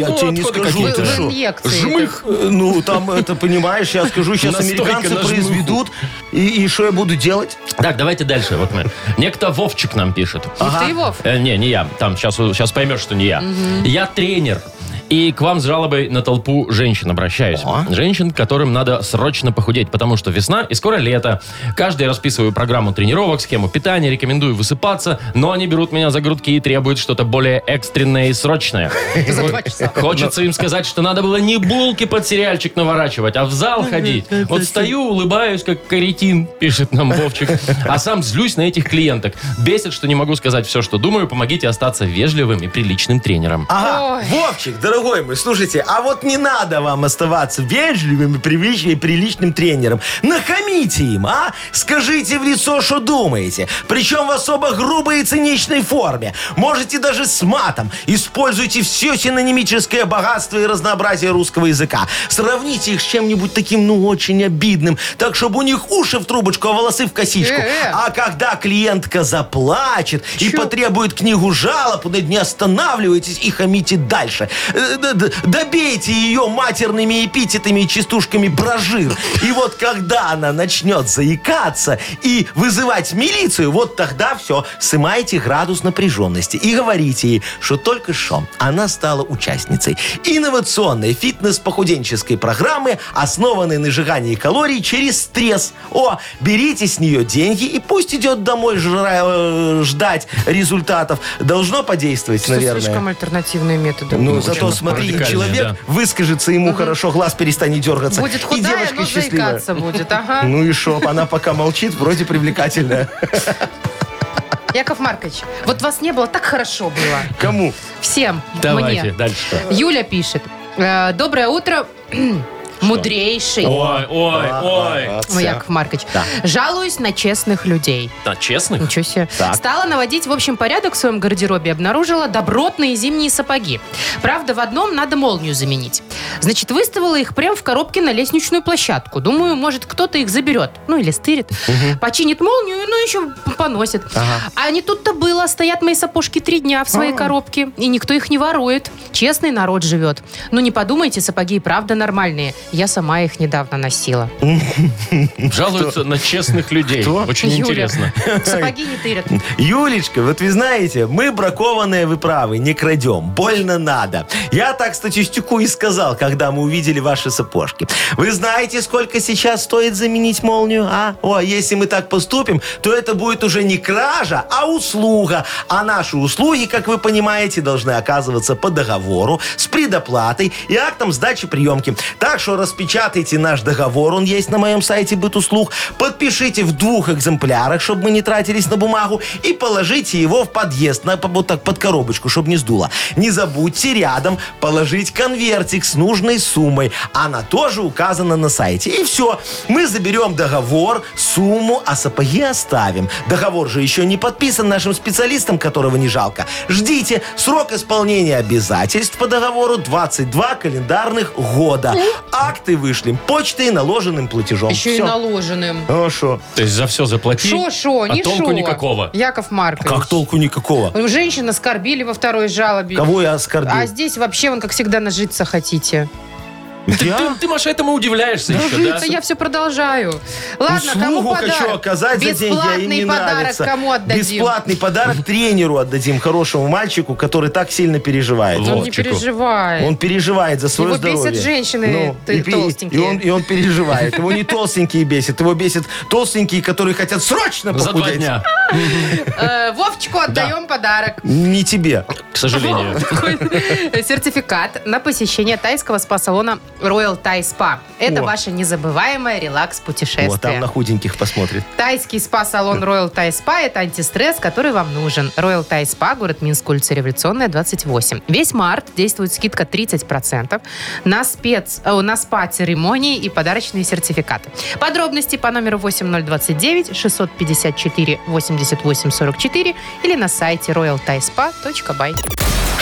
S4: Я
S2: Ну,
S4: тебе не
S2: отходы
S4: скажу,
S3: Вы,
S2: какие-то.
S4: ты
S3: вы
S4: шо?
S3: инъекции.
S2: Жмых.
S4: Э, Ну, там это, понимаешь, я скажу, сейчас
S2: Настойка
S4: американцы
S2: на жмыху.
S4: произведут, и и что я буду делать?
S2: Так, давайте дальше. Вот мы. Некто Вовчик нам пишет.
S3: Ну ты, Вов.
S2: Э, не, не я. Там сейчас, сейчас поймешь, что не я. Я тренер. И к вам с жалобой на толпу женщин обращаюсь. Женщин, которым надо срочно похудеть, потому что весна и скоро лето. Каждый расписываю программу тренировок, схему питания, рекомендую высыпаться, но они берут меня за грудки и требуют что-то более экстренное и срочное.
S3: За два часа.
S2: Хочется им сказать, что надо было не булки под сериальчик наворачивать, а в зал ходить. Вот стою, улыбаюсь, как каретин, пишет нам Вовчик. А сам злюсь на этих клиенток. Бесит, что не могу сказать все, что думаю. Помогите остаться вежливым и приличным тренером.
S4: Ага,
S3: Ой.
S4: Вовчик, дорогой мой, слушайте, а вот не надо вам оставаться вежливым и привычным, и приличным тренером. Нахамите им, а? Скажите в лицо, что думаете. Причем в особо грубой и циничной форме. Можете даже с матом. Используйте все синонимическое богатство и разнообразие русского языка. Сравните их с чем-нибудь таким, ну, очень обидным. Так, чтобы у них уши в трубочку, а волосы в косичку.
S3: Э-э.
S4: А когда клиентка заплачет и потребует книгу жалоб, вы не останавливайтесь и хамите дальше. Э, д- д- Добейте ее матерными эпитетами и частушками про жир. И вот когда она начнет заикаться и вызывать милицию, вот тогда все, снимайте градус напряженности и говорите ей, что только что она стала участницей инновационной фитнес-похуденческой программы, основанной на сжигании калорий через стресс. О, берите с нее деньги и пусть идет домой жра- э, ждать результатов. Должно подействовать,
S3: Что
S4: наверное.
S3: слишком альтернативные методы.
S4: Ну,
S2: Ну,
S4: зато
S2: очень
S4: смотри,
S2: радикальнее,
S4: человек
S2: да.
S4: выскажется ему хорошо, глаз перестанет дергаться.
S3: Будет
S4: и
S3: худая,
S4: девочка
S3: но
S4: счастливая.
S3: заикаться будет. Ага.
S4: Ну и шо, она пока молчит, вроде привлекательная.
S3: Яков Маркович, вот вас не было, так хорошо было.
S4: Кому?
S3: Всем.
S2: Давайте,
S3: А Мне.
S2: дальше что?
S3: Юля пишет. «Э, Доброе утро, мудрейший.
S2: Ой, ой,
S4: А,
S2: ой.
S3: Ну, Яков Маркович. Жалуюсь на честных людей.
S2: Да, честных?
S3: Ничего себе. Стала наводить, в общем, порядок в своем гардеробе. Обнаружила добротные зимние сапоги. Правда, в одном надо молнию заменить. Значит, выставила их прямо в коробке на лестничную площадку. Думаю, может, кто-то их заберет. Ну, или стырит. Починит молнию, ну, еще п- поносит. А не тут-то было. Стоят мои сапожки три дня в своей коробке. И никто их не ворует. Честный народ живет. Ну, не подумайте, сапоги и правда нормальные. Я сама их недавно носила.
S2: Жалуются на честных людей. Очень
S3: Юля.
S2: интересно.
S3: Сапоги не тырят.
S4: Ну, Юлечка, вот вы знаете, мы бракованные, вы правы, не крадем. Больно надо. Я так статистику и сказал, когда мы увидели ваши сапожки. Вы знаете, сколько сейчас стоит заменить молнию, а? О, если мы так поступим, то это будет уже не кража, а услуга. А наши услуги, как вы понимаете, должны оказываться по договору, с предоплатой и актом сдачи приемки. Так что распечатайте наш договор, он есть на моем сайте «Бытуслуг». Подпишите в двух экземплярах, чтобы мы не тратились на бумагу, и положите его в подъезд, на, вот так под коробочку, чтобы не сдуло. Не забудьте рядом положить конвертик с нужной суммой. Она тоже указана на сайте. И все. Мы заберем договор, сумму, а сапоги оставим. Договор же еще не подписан нашим специалистам, которого не жалко. Ждите. Срок исполнения обязательств по договору 22 календарных года. Акты вышлем почтой наложенным платежом.
S3: Еще и
S4: Всё.
S3: наложенным.
S4: Ну, шо?
S2: То есть за все заплати,
S3: Шо-шо,
S2: а
S3: не
S2: толку
S3: шо.
S2: никакого.
S3: Яков Маркович.
S4: А Как толку никакого.
S3: Женщин оскорбили во второй жалобе.
S4: Кого я оскорбил? Ну,
S3: А здесь вообще, вон, как всегда, нажиться хотите.
S4: Я?
S2: Ты, ты, Маша, этому удивляешься еще, да?
S3: Нажиться, я все продолжаю. Ладно, кому
S4: Услугу
S3: подарок?
S4: Ну, хочу оказать за деньги, а им
S3: Бесплатный
S4: не
S3: подарок
S4: нравится.
S3: кому отдадим?
S4: Бесплатный подарок тренеру отдадим, хорошему мальчику, который так сильно переживает.
S2: Вот.
S3: Он не
S2: Вовчику.
S3: переживает.
S4: Он переживает за свое
S3: Его бесят
S4: здоровье. Ну,
S3: женщины т-
S4: и пе-
S3: толстенькие.
S4: И он, и он переживает. Его не толстенькие бесит, его бесит толстенькие, которые хотят
S2: За
S4: срочно
S2: два
S4: похудеть.
S2: дня,
S3: Э, Вовчику отдаем подарок.
S4: Не тебе.
S2: к сожалению.
S3: Такой Сертификат на посещение тайского спа-салона Royal Thai Spa. Это
S4: О.
S3: ваше незабываемое релакс-путешествие.
S4: Вот там на худеньких посмотрит.
S3: Тайский спа-салон Royal Thai Spa – это антистресс, который вам нужен. Royal Thai Spa, город Минск, улица Революционная, 28. Весь март действует скидка 30% на, спец, э, на спа-церемонии и подарочные сертификаты. Подробности по номеру 8029-654-8844 или на сайте royalthaispa.by.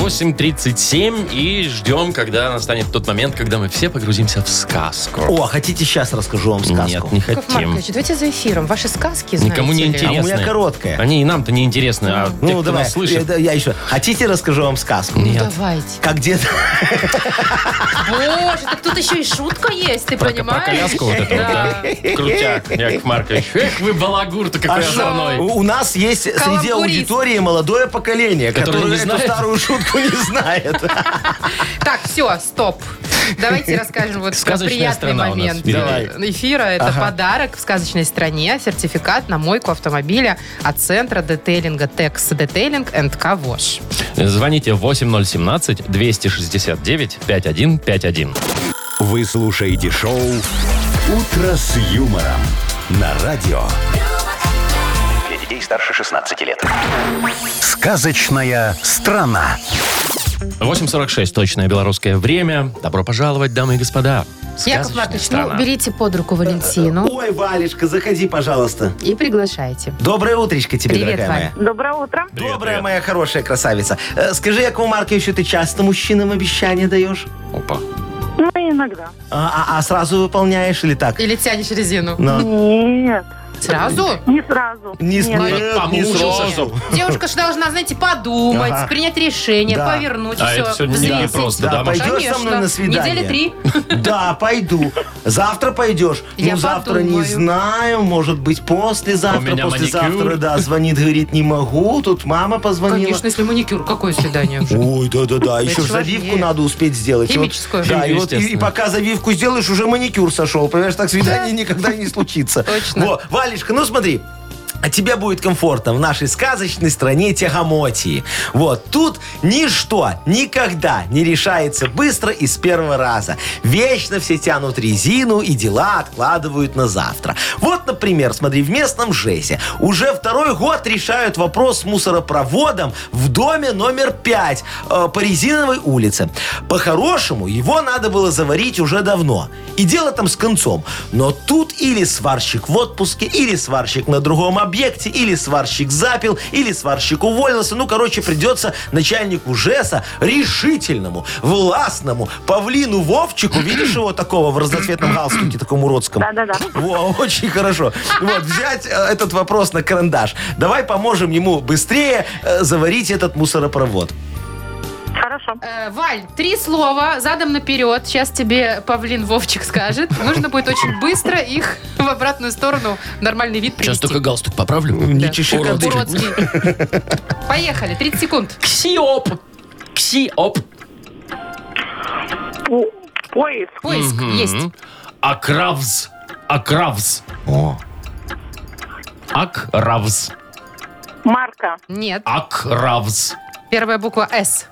S2: 8.37 и ждем, когда настанет тот момент, когда мы все погрузимся в сказку.
S4: О, а хотите сейчас расскажу вам сказку?
S2: Нет, не
S3: Яков
S2: хотим.
S3: Маркович, давайте за эфиром. Ваши сказки, знаете
S2: Никому не
S3: ли.
S2: интересно.
S4: а у меня
S2: Интересная.
S4: короткая.
S2: Они и нам-то не интересны, а те,
S4: Ну,
S2: кто
S4: давай.
S2: нас слышит.
S4: Я, я еще. Хотите, расскажу вам сказку?
S3: Ну, давайте.
S4: Как дед...
S3: Боже, так тут еще и шутка есть, ты
S2: Про, про
S3: понимаешь?
S2: коляску вот эту, вот, да? Крутяк, Яков Маркович. Эх, вы балагур-то какой
S4: А что?
S2: озорной.
S4: У у нас есть среди
S3: Каламбурист.
S4: аудитории молодое поколение,
S2: Которое
S4: которое,
S2: не
S4: эту
S2: знает?
S4: старую шутку не знает.
S3: Так, все, стоп. Давайте расскажем вот про
S2: Сказочная
S3: приятный
S2: страна у нас
S3: момент
S2: впереди.
S4: Давай.
S3: эфира. Это подарок в сказочной стране, сертификат на мойку автомобиля от центра детейлинга Текс Детейлинг энд Кавош.
S2: Звоните 8017-269-5151.
S1: Вы слушаете шоу «Утро с юмором» на радио.
S6: Для детей старше 16 лет.
S1: Сказочная страна.
S2: 8.46, точное белорусское время. Добро пожаловать, дамы и господа.
S3: Яков
S2: Сказочная
S3: Маркович,
S2: страна.
S3: ну берите под руку Валентину
S4: Ой, Валечка, заходи, пожалуйста.
S3: и приглашайте.
S4: Доброе утречко тебе,
S3: Привет,
S4: дорогая
S3: Валя.
S4: моя.
S8: Доброе утро.
S2: Привет,
S4: Добрая
S2: привет.
S4: моя хорошая красавица. Э, Скажи, Якову Марковичу, ты часто мужчинам обещания даешь?
S2: Опа.
S8: Ну, иногда.
S4: А, а- а сразу выполняешь или так?
S3: Или тянешь резину.
S4: Ну.
S8: Нет,
S3: Сразу?
S8: не сразу.
S4: Не, с-
S8: Нет.
S4: нет, не
S2: помучился,
S4: сразу.
S2: чтоб-
S3: Девушка же должна, знаете, подумать,
S4: Ага.
S3: принять решение,
S4: Да.
S3: повернуть
S2: А
S3: все,
S2: это всё не
S3: взвесить.
S2: так просто, да,
S4: Да,
S2: Маша?
S4: пойдешь со мной на
S3: Конечно.
S4: свидание?
S3: Недели три.
S4: Да, пойду. Завтра пойдешь?
S3: Я
S4: ну, завтра
S3: подумаю.
S4: не знаю, может быть,
S2: У
S4: послезавтра,
S2: меня маникюр.
S4: послезавтра, да, звонит, говорит, не могу, тут мама позвонила.
S3: Конечно, если маникюр, какое свидание уже?
S4: Ой, да-да-да, еще ж
S3: же важнее.
S4: завивку надо успеть сделать. И вот-
S3: Химическую.
S4: Да, и, вот, и- и
S2: Естественно.
S4: пока завивку сделаешь, уже маникюр сошел. Понимаешь, так свидание никогда и не случится.
S3: Точно.
S4: Во, Валечка, ну смотри. А тебе будет комфортно в нашей сказочной стране Тягомотии. Вот тут ничто никогда не решается быстро и с первого раза. Вечно все тянут резину и дела откладывают на завтра. Вот, например, смотри, в местном ЖЭСе уже второй год решают вопрос с мусоропроводом в доме номер 5 э, по резиновой улице. По-хорошему, его надо было заварить уже давно. И дело там с концом. Но тут или сварщик в отпуске, или сварщик на другом объекте, или сварщик запил, или сварщик уволился. Ну, короче, придется начальнику ЖЭСа решительному, властному, павлину Вовчику, видишь его такого в разноцветном галстуке, таком уродском?
S8: Да-да-да.
S4: Во, очень хорошо. Вот, взять э, этот вопрос на карандаш. Давай поможем ему быстрее э, заварить этот мусоропровод.
S8: Хорошо.
S3: Э, Валь, три слова задом наперед. Сейчас тебе Павлин Вовчик скажет. Нужно будет очень быстро их в обратную сторону в нормальный вид
S2: Сейчас
S3: привести.
S2: только галстук поправлю.
S4: Не чеши
S2: Уродский.
S4: кадырь.
S3: Уродский. Поехали, 30 секунд.
S2: Ксиоп. Ксиоп.
S8: Пу- Поиск.
S3: Поиск есть.
S2: М. Акравз. Акравз.
S4: О,
S2: Акравз.
S8: Марка.
S3: Нет.
S2: Акравз.
S3: Первая буква С.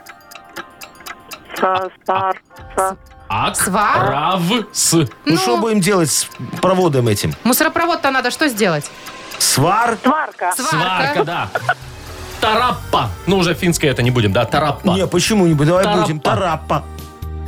S8: Са- Сар. Са-
S2: Акравс.
S4: Ну, что будем делать с проводом этим?
S3: Мусоропровод-то надо что сделать?
S4: Свар?
S8: Сварка.
S2: Сварка, да. Тараппа. Ну, уже финское это не будем, да? Тараппа.
S4: Не, почему не? Давай
S2: Тараппа.
S4: будем. Тараппа.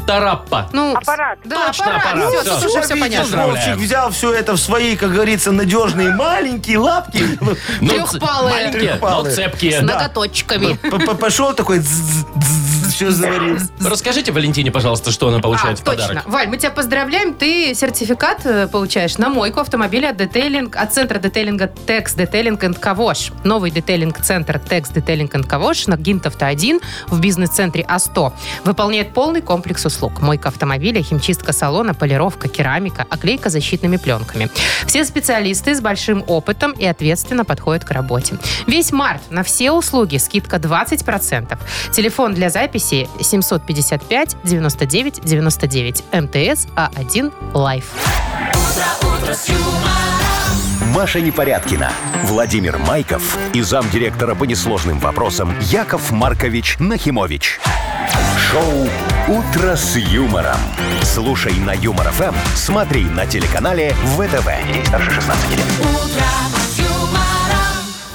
S2: Тараппа.
S3: Ну,
S8: Аппарат.
S3: Да,
S2: Точно,
S3: аппарат.
S2: аппарат.
S3: Ну, Всё,
S2: Всё.
S3: тут уже
S4: Всё,
S3: все
S4: видишь,
S3: понятно.
S4: Вовчик взял все это в свои, как говорится, надежные маленькие лапки.
S2: Ну,
S3: Трёхпалые.
S2: Маленькие, но
S4: Трёхпалые.
S3: С
S2: цепкие.
S3: ноготочками.
S4: Пошел такой, все заварил.
S2: Расскажите Валентине, пожалуйста, что она получает
S3: а,
S2: в
S3: точно.
S2: подарок.
S3: Валь, мы тебя поздравляем. Ты сертификат э, получаешь на мойку автомобиля от детейлинг, от центра детейлинга Текс Детейлинг энд Кавош. Новый детейлинг-центр Текс Детейлинг энд Кавош на Гинтовта 1 в бизнес-центре А100. Выполняет полный комплекс услуг. Мойка автомобиля, химчистка салона, полировка, керамика, оклейка защитными пленками. Все специалисты с большим опытом и ответственно подходят к работе. Весь март на все услуги скидка 20%. Телефон для записи 755 99 99 МТС А1 А Лайф.
S1: Маша Непорядкина, Владимир Майков и замдиректора по несложным вопросам Яков Маркович Нахимович. Шоу «Утро с юмором». Слушай на Юмор ФМ, смотри на телеканале ВТВ. Ей старше 16 лет.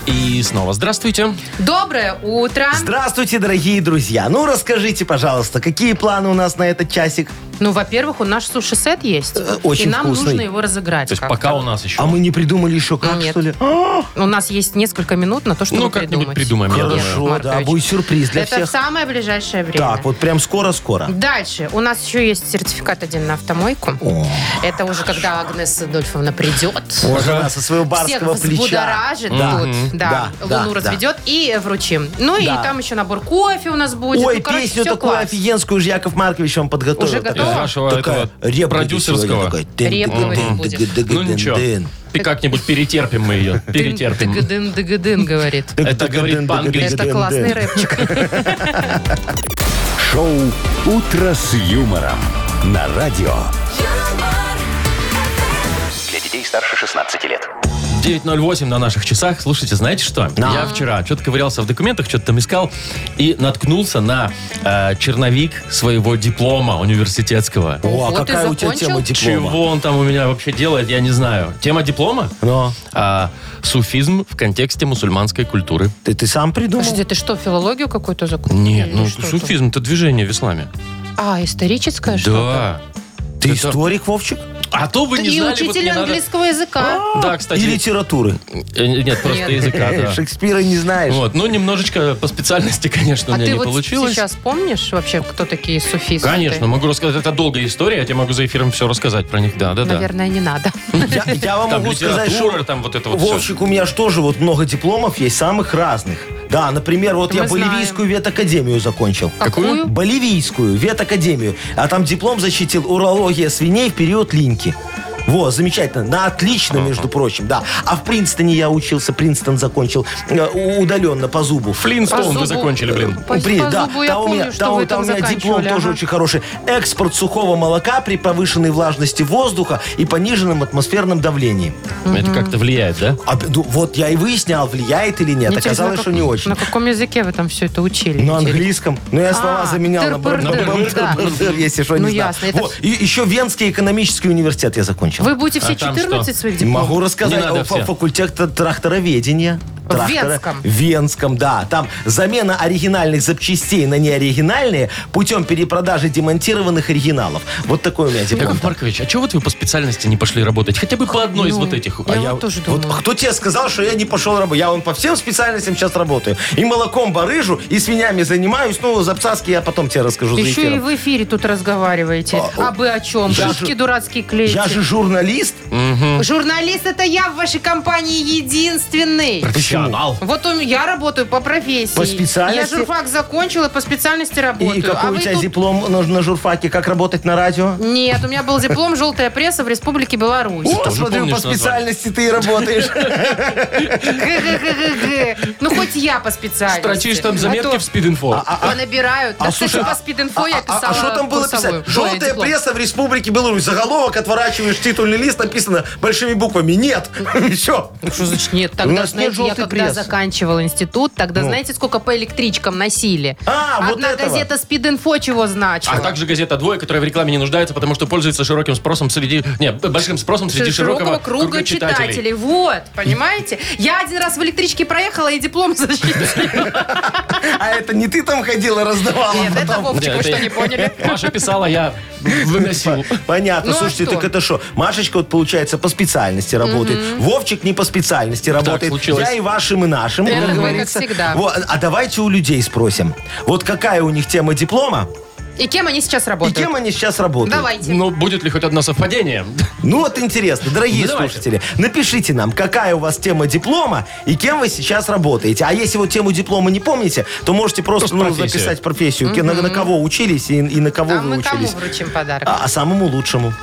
S2: И снова здравствуйте.
S3: Доброе утро.
S4: Здравствуйте, дорогие друзья. Ну, расскажите, пожалуйста, какие планы у нас на этот часик?
S3: Ну, во-первых, у нас суши-сет есть.
S4: Э, очень
S3: и нам
S4: вкусный.
S3: нужно его разыграть.
S2: То есть
S3: как-то.
S2: пока у нас еще.
S4: А мы не придумали еще как,
S3: Нет.
S4: что ли? А,
S3: У нас есть несколько минут на то, чтобы
S2: Ну, как-нибудь придумаем,
S3: придумать.
S2: я
S3: Яков
S2: думаю.
S4: Хорошо, да,
S3: Маркович.
S4: будет сюрприз для
S3: Это
S4: всех.
S3: в самое ближайшее время.
S4: Так, вот прям скоро-скоро.
S3: Дальше. У нас еще есть сертификат один на автомойку.
S4: О,
S3: Это уже когда Агнес Адольфовна придет.
S4: вот она со своего барского
S3: Всех
S4: плеча.
S3: взбудоражит
S4: Да.
S3: тут, да,
S4: Да,
S3: луну
S4: да,
S3: разведет и вручим. Ну и
S4: Да.
S3: там еще набор кофе у нас будет.
S4: Ой,
S3: Ну, короче,
S4: песню
S3: всё
S4: такую
S3: класс.
S4: офигенскую же Яков Маркович вам подготовил.
S3: Уже
S4: Такая-
S2: Из
S3: готова?
S2: вашего
S4: такая
S2: этого
S4: реп будет сегодня,
S2: продюсерского.
S4: такая. Дын,
S3: Реп
S4: дын,
S3: говорит
S4: дын,
S3: будет.
S4: дын, дын,
S2: Ну
S4: дын,
S2: ничего.
S4: дын.
S2: И как-нибудь перетерпим мы ее. Перетерпим.
S3: Дыгдын, дыгдын, говорит.
S2: Это говорит по-английски.
S3: Это классный рэпчик.
S1: Шоу «Утро с юмором» на радио.
S6: Для детей старше 16 лет.
S2: 9.08 на наших часах. Слушайте, знаете что? Я вчера что-то ковырялся в документах, что-то там искал и наткнулся на э, черновик своего диплома университетского.
S4: О, а
S3: Вот и
S4: какая у тебя
S3: закончил.
S4: тема диплома?
S2: Чего он там у меня вообще делает, я не знаю. Тема диплома?
S4: Но
S2: А, суфизм в контексте мусульманской культуры.
S4: ты, ты сам придумал?
S3: Подожди, ты что, филологию какую-то закончил?
S2: Нет,
S3: Или
S2: ну
S3: что
S2: суфизм это движение в исламе.
S3: там? А, историческое что-то?
S2: Да.
S4: Ты
S2: Это-
S4: историк, Вовчик?
S2: А то вы не
S3: И
S2: знали, вот
S3: учитель
S2: мне надо- А,
S3: английского языка.
S2: Да, кстати.
S4: И литературы.
S2: э, Нет, просто
S3: Нет.
S2: языка, да.
S4: Шекспира не знаешь.
S2: Вот, ну немножечко по специальности, конечно, у
S3: А
S2: меня
S3: ты
S2: не
S3: вот
S2: получилось.
S3: сейчас помнишь вообще, кто такие суфисты?
S2: Конечно, могу рассказать. Это долгая история, я тебе могу за эфиром все рассказать про них. Да, да, да.
S3: Наверное, не надо.
S2: Ну,
S4: Я, я вам
S2: Там
S4: могу
S2: литература,
S4: сказать, что
S2: там вот это вот всё.
S4: Вовчик, у меня же тоже вот много дипломов есть, самых разных. Да, например, вот
S3: Мы
S4: я боливийскую ветакадемию закончил.
S3: Какую?
S4: Боливийскую ветакадемию. А там диплом защитил урология свиней в период линьки. Во, замечательно. На отлично, между прочим, да. А в Принстоне я учился, Принстон закончил э, у- удаленно по зубу.
S3: По
S2: Флинстоун
S3: зубу.
S2: вы закончили, блин.
S3: По,
S4: Блин,
S3: по
S4: да,
S3: зубу я
S4: там у
S3: помню,
S4: меня,
S3: что
S4: там-
S3: вы
S4: там
S3: там
S4: у меня диплом
S3: заканчивали,
S4: тоже
S3: ага.
S4: очень хороший. Экспорт сухого молока при повышенной влажности воздуха и пониженном атмосферном давлении.
S2: Это как-то влияет, да?
S4: А, ну, вот я и выяснял, влияет или нет.
S3: Ну, Интересно,
S4: Оказалось,
S3: на
S4: что
S3: как-
S4: не очень.
S3: На
S4: Ну,
S3: каком языке вы там все это учили?
S4: На
S3: Интересно.
S4: английском. Но я слова
S3: А,
S4: заменял на бар-
S3: тыр-пыр-дыр,
S4: на бар-
S3: да.
S4: бар- если что,
S3: Ну,
S4: не знаю.
S3: ясно, это
S4: Вот, И еще Венский экономический университет я закончил.
S3: Вы будете все
S2: А там
S3: 14
S2: что?
S3: своих дипломов?
S4: Могу рассказать
S2: Не надо
S4: о фа-
S2: все.
S4: факультете трактороведения. трактора.
S3: Венском.
S4: Венском, да. Там замена оригинальных запчастей на неоригинальные путем перепродажи демонтированных оригиналов. Вот такой у меня диплом.
S2: Яков Маркович, а чего вот вы по специальности не пошли работать? Хотя бы по одной из
S3: Ну,
S2: вот этих. А
S3: я вот тоже
S4: А Вот
S3: думаю.
S4: кто тебе сказал, что я не пошел работать? Я вон по всем специальностям сейчас работаю. И молоком барыжу, и свинями занимаюсь. Ну, за абсаски я потом тебе расскажу за
S3: Еще и
S4: эфиром.
S3: в эфире тут разговариваете.
S4: А,
S3: А, вы о чем?
S4: я
S3: Шутки
S4: же-
S3: дурацкие клеите.
S4: Я же журналист.
S3: Журналист это я в вашей компании единственный.
S2: Профессионал.
S3: Вот у меня- я работаю по профессии.
S4: По специальности?
S3: Я журфак закончила, по специальности
S4: И,
S3: работаю.
S4: и какой
S3: а
S4: у
S3: вы
S4: тебя
S3: тут-
S4: диплом на, на журфаке? Как работать на радио?
S3: Нет, у меня был диплом «Желтая пресса» в Республике Беларусь.
S4: О,
S2: тоже
S4: смотрю,
S2: помнишь
S4: по
S2: название.
S4: специальности ты и работаешь.
S3: Г-г-г-г-г. Ну, хоть я по специальности.
S2: Строчишь там
S3: А
S2: заметки
S3: то а,
S2: в спид-инфо.
S3: Понабирают. Да, кстати, по спид-инфо я
S4: а- а-
S3: писала
S4: а что там было
S3: курсовую.
S4: писать?
S3: Ой,
S4: Желтая
S3: диплом.
S4: пресса в Республике Беларусь. Заголовок отворачиваешь, титульный лист написано большими буквами. Нет. Все.
S3: Ну, Что значит нет?
S4: У
S3: Тогда,
S4: нас нет
S3: знаете, я
S4: желтой
S3: когда
S4: прессы.
S3: заканчивала институт, тогда знаете, сколько по электричкам носили?
S4: А, вот
S3: Одна
S4: этого.
S3: газета «Спид-инфо» чего значила?
S2: А также газета «Двое», которая в рекламе не нуждается, потому что пользуется широким спросом среди... Не, большим спросом среди широкого,
S3: круга, читателей. Вот, понимаете? Я один раз в электричке проехала и диплом защитила.
S4: А это не ты там ходила, раздавала
S3: Нет, это
S4: потом?
S2: Не,
S3: Вовчик, вы
S2: это
S3: что,
S2: я.
S3: не поняли?
S2: Маша писала, я выносил.
S4: Понятно,
S3: Ну, а
S4: слушайте,
S3: что?
S4: так это что? Машечка вот получается по специальности работает. Вовчик не по специальности работает.
S2: случилось.
S4: Я и вашим, и нашим,
S3: Это
S4: как
S3: мы, как
S4: говорится.
S3: всегда.
S4: Во, а давайте у людей спросим. Вот какая у них тема диплома
S3: И кем они сейчас
S4: и
S3: работают?
S4: кем они сейчас работают?
S3: Давайте.
S2: Ну, будет ли хоть одно совпадение?
S4: Ну вот интересно, дорогие
S2: Ну, давайте.
S4: слушатели, напишите нам, какая у вас тема диплома и кем вы сейчас работаете. А если вот тему диплома не помните, то можете просто,
S2: Просто
S4: ну,
S2: профессию.
S4: написать профессию, ке- на, на кого учились и, и на кого
S3: А
S4: вы
S3: мы кому
S4: учились.
S3: вручим подарок?
S4: А, а самому лучшему.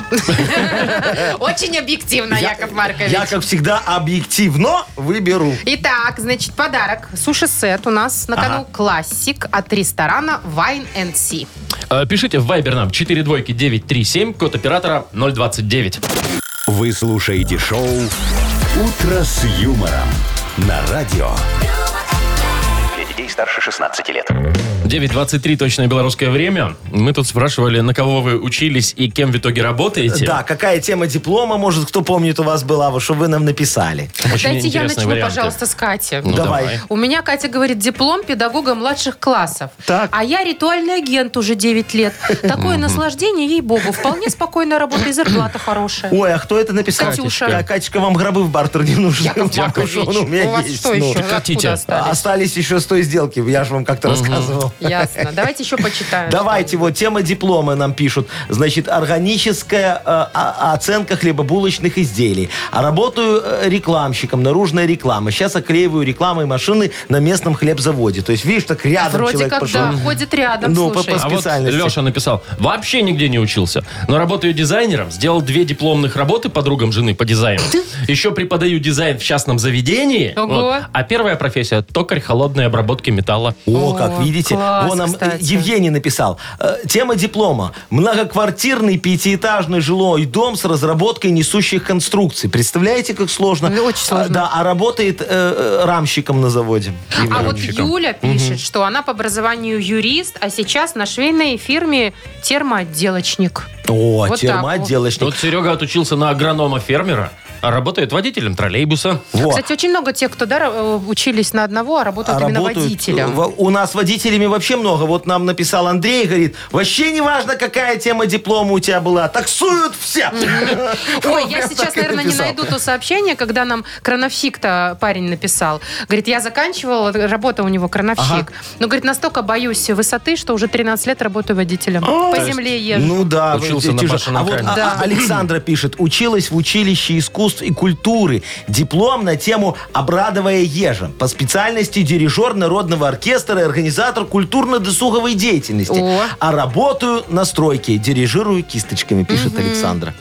S3: Очень объективно, Яков Маркович.
S4: Я, как всегда, объективно выберу.
S3: Итак, значит, подарок. Суши-сет у нас на кону классик от ресторана Wine and Sea.
S2: Э, Пишите в Viber нам 42937, код оператора 029.
S1: Вы слушаете шоу «Утро с юмором» на радио.
S6: Для детей старше 16 лет.
S2: 9.23 точное белорусское время. Мы тут спрашивали, на кого вы учились и кем в итоге работаете.
S4: Да, какая тема диплома, может, кто помнит, у вас была, вот, чтобы вы нам написали.
S2: Очень
S3: Дайте я
S2: интересные
S3: начну,
S2: варианты.
S3: пожалуйста, с Кати.
S2: Ну,
S4: Давай.
S3: У меня Катя говорит, диплом педагога младших классов.
S4: Так.
S3: А я ритуальный агент уже 9 лет. Такое наслаждение, ей-богу. Вполне спокойная работа и зарплата хорошая.
S4: Ой, а кто это написал?
S3: Катюша.
S4: Э, Катечка, вам гробы в бартер не нужны.
S3: Яков
S4: Я
S3: Маркович,
S4: кушал, он у меня
S3: у вас
S4: есть,
S3: что
S4: ну.
S3: еще?
S2: Прекратите.
S3: Откуда остались?
S4: Остались еще с той сделки, я же вам как-то рассказывал.
S3: Ясно. Давайте еще почитаем.
S4: А Давайте, вот тема диплома нам пишут. Значит, органическая э, а- оценка хлебобулочных изделий. А работаю э, рекламщиком, наружная реклама. Сейчас оклеиваю рекламой машины на местном хлебзаводе. То есть, видишь, так рядом
S3: Вроде
S4: человек
S3: как,
S4: пошел.
S3: да, ходит рядом,
S4: Ну,
S3: слушай.
S4: по- по-
S2: А вот
S4: специальности.
S2: Леша написал, вообще нигде не учился, но работаю дизайнером, сделал две дипломных работы подругам жены по дизайну. Еще преподаю дизайн в частном заведении.
S3: Ого.
S2: Вот. А первая профессия – токарь холодной обработки металла.
S4: О,
S3: О,
S4: как видите.
S3: класс,
S4: Вон нам э,
S3: кстати.
S4: Евгений написал. Э, Тема диплома. Многоквартирный пятиэтажный жилой дом с разработкой несущих конструкций. Представляете, как сложно?
S3: Ну, очень сложно.
S4: А, Да, а работает э, э, рамщиком на заводе.
S3: А вот
S2: Ивановщиком.
S3: Юля пишет, что она по образованию юрист, а сейчас на швейной фирме термоотделочник.
S4: О,
S3: Вот так
S4: термоотделочник.
S2: Вот Серега отучился на агронома-фермера, а работает водителем троллейбуса.
S4: Во.
S3: Кстати, очень много тех, кто да, ра- учились на одного, а работают
S4: А
S3: именно
S4: работают,
S3: водителем.
S4: э, во- У нас водителями вообще много. Вот нам написал Андрей, говорит, вообще не важно, какая тема диплома у тебя была. Таксуют все.
S3: Ой,
S4: Вот
S3: я
S4: прям
S3: сейчас,
S4: так и
S3: наверное, не
S4: написал.
S3: найду то сообщение, когда нам крановщик-то парень написал. Говорит, я заканчивал, работа у него крановщик. Но, говорит, настолько боюсь высоты, что уже 13 лет работаю водителем. По земле езжу.
S4: А, Ну да,
S2: Учился
S4: вы-
S2: на
S4: тяжело.
S2: башенном
S4: А вот
S2: кране.
S4: а,
S3: Да.
S4: а, Александра пишет: училась в училище искусств и культуры. Диплом на тему Обрадовая ежа. По специальности дирижер народного оркестра и организатор культурно-досуговой деятельности.
S3: О.
S4: А работаю на стройке. Дирижирую кисточками, пишет Александра.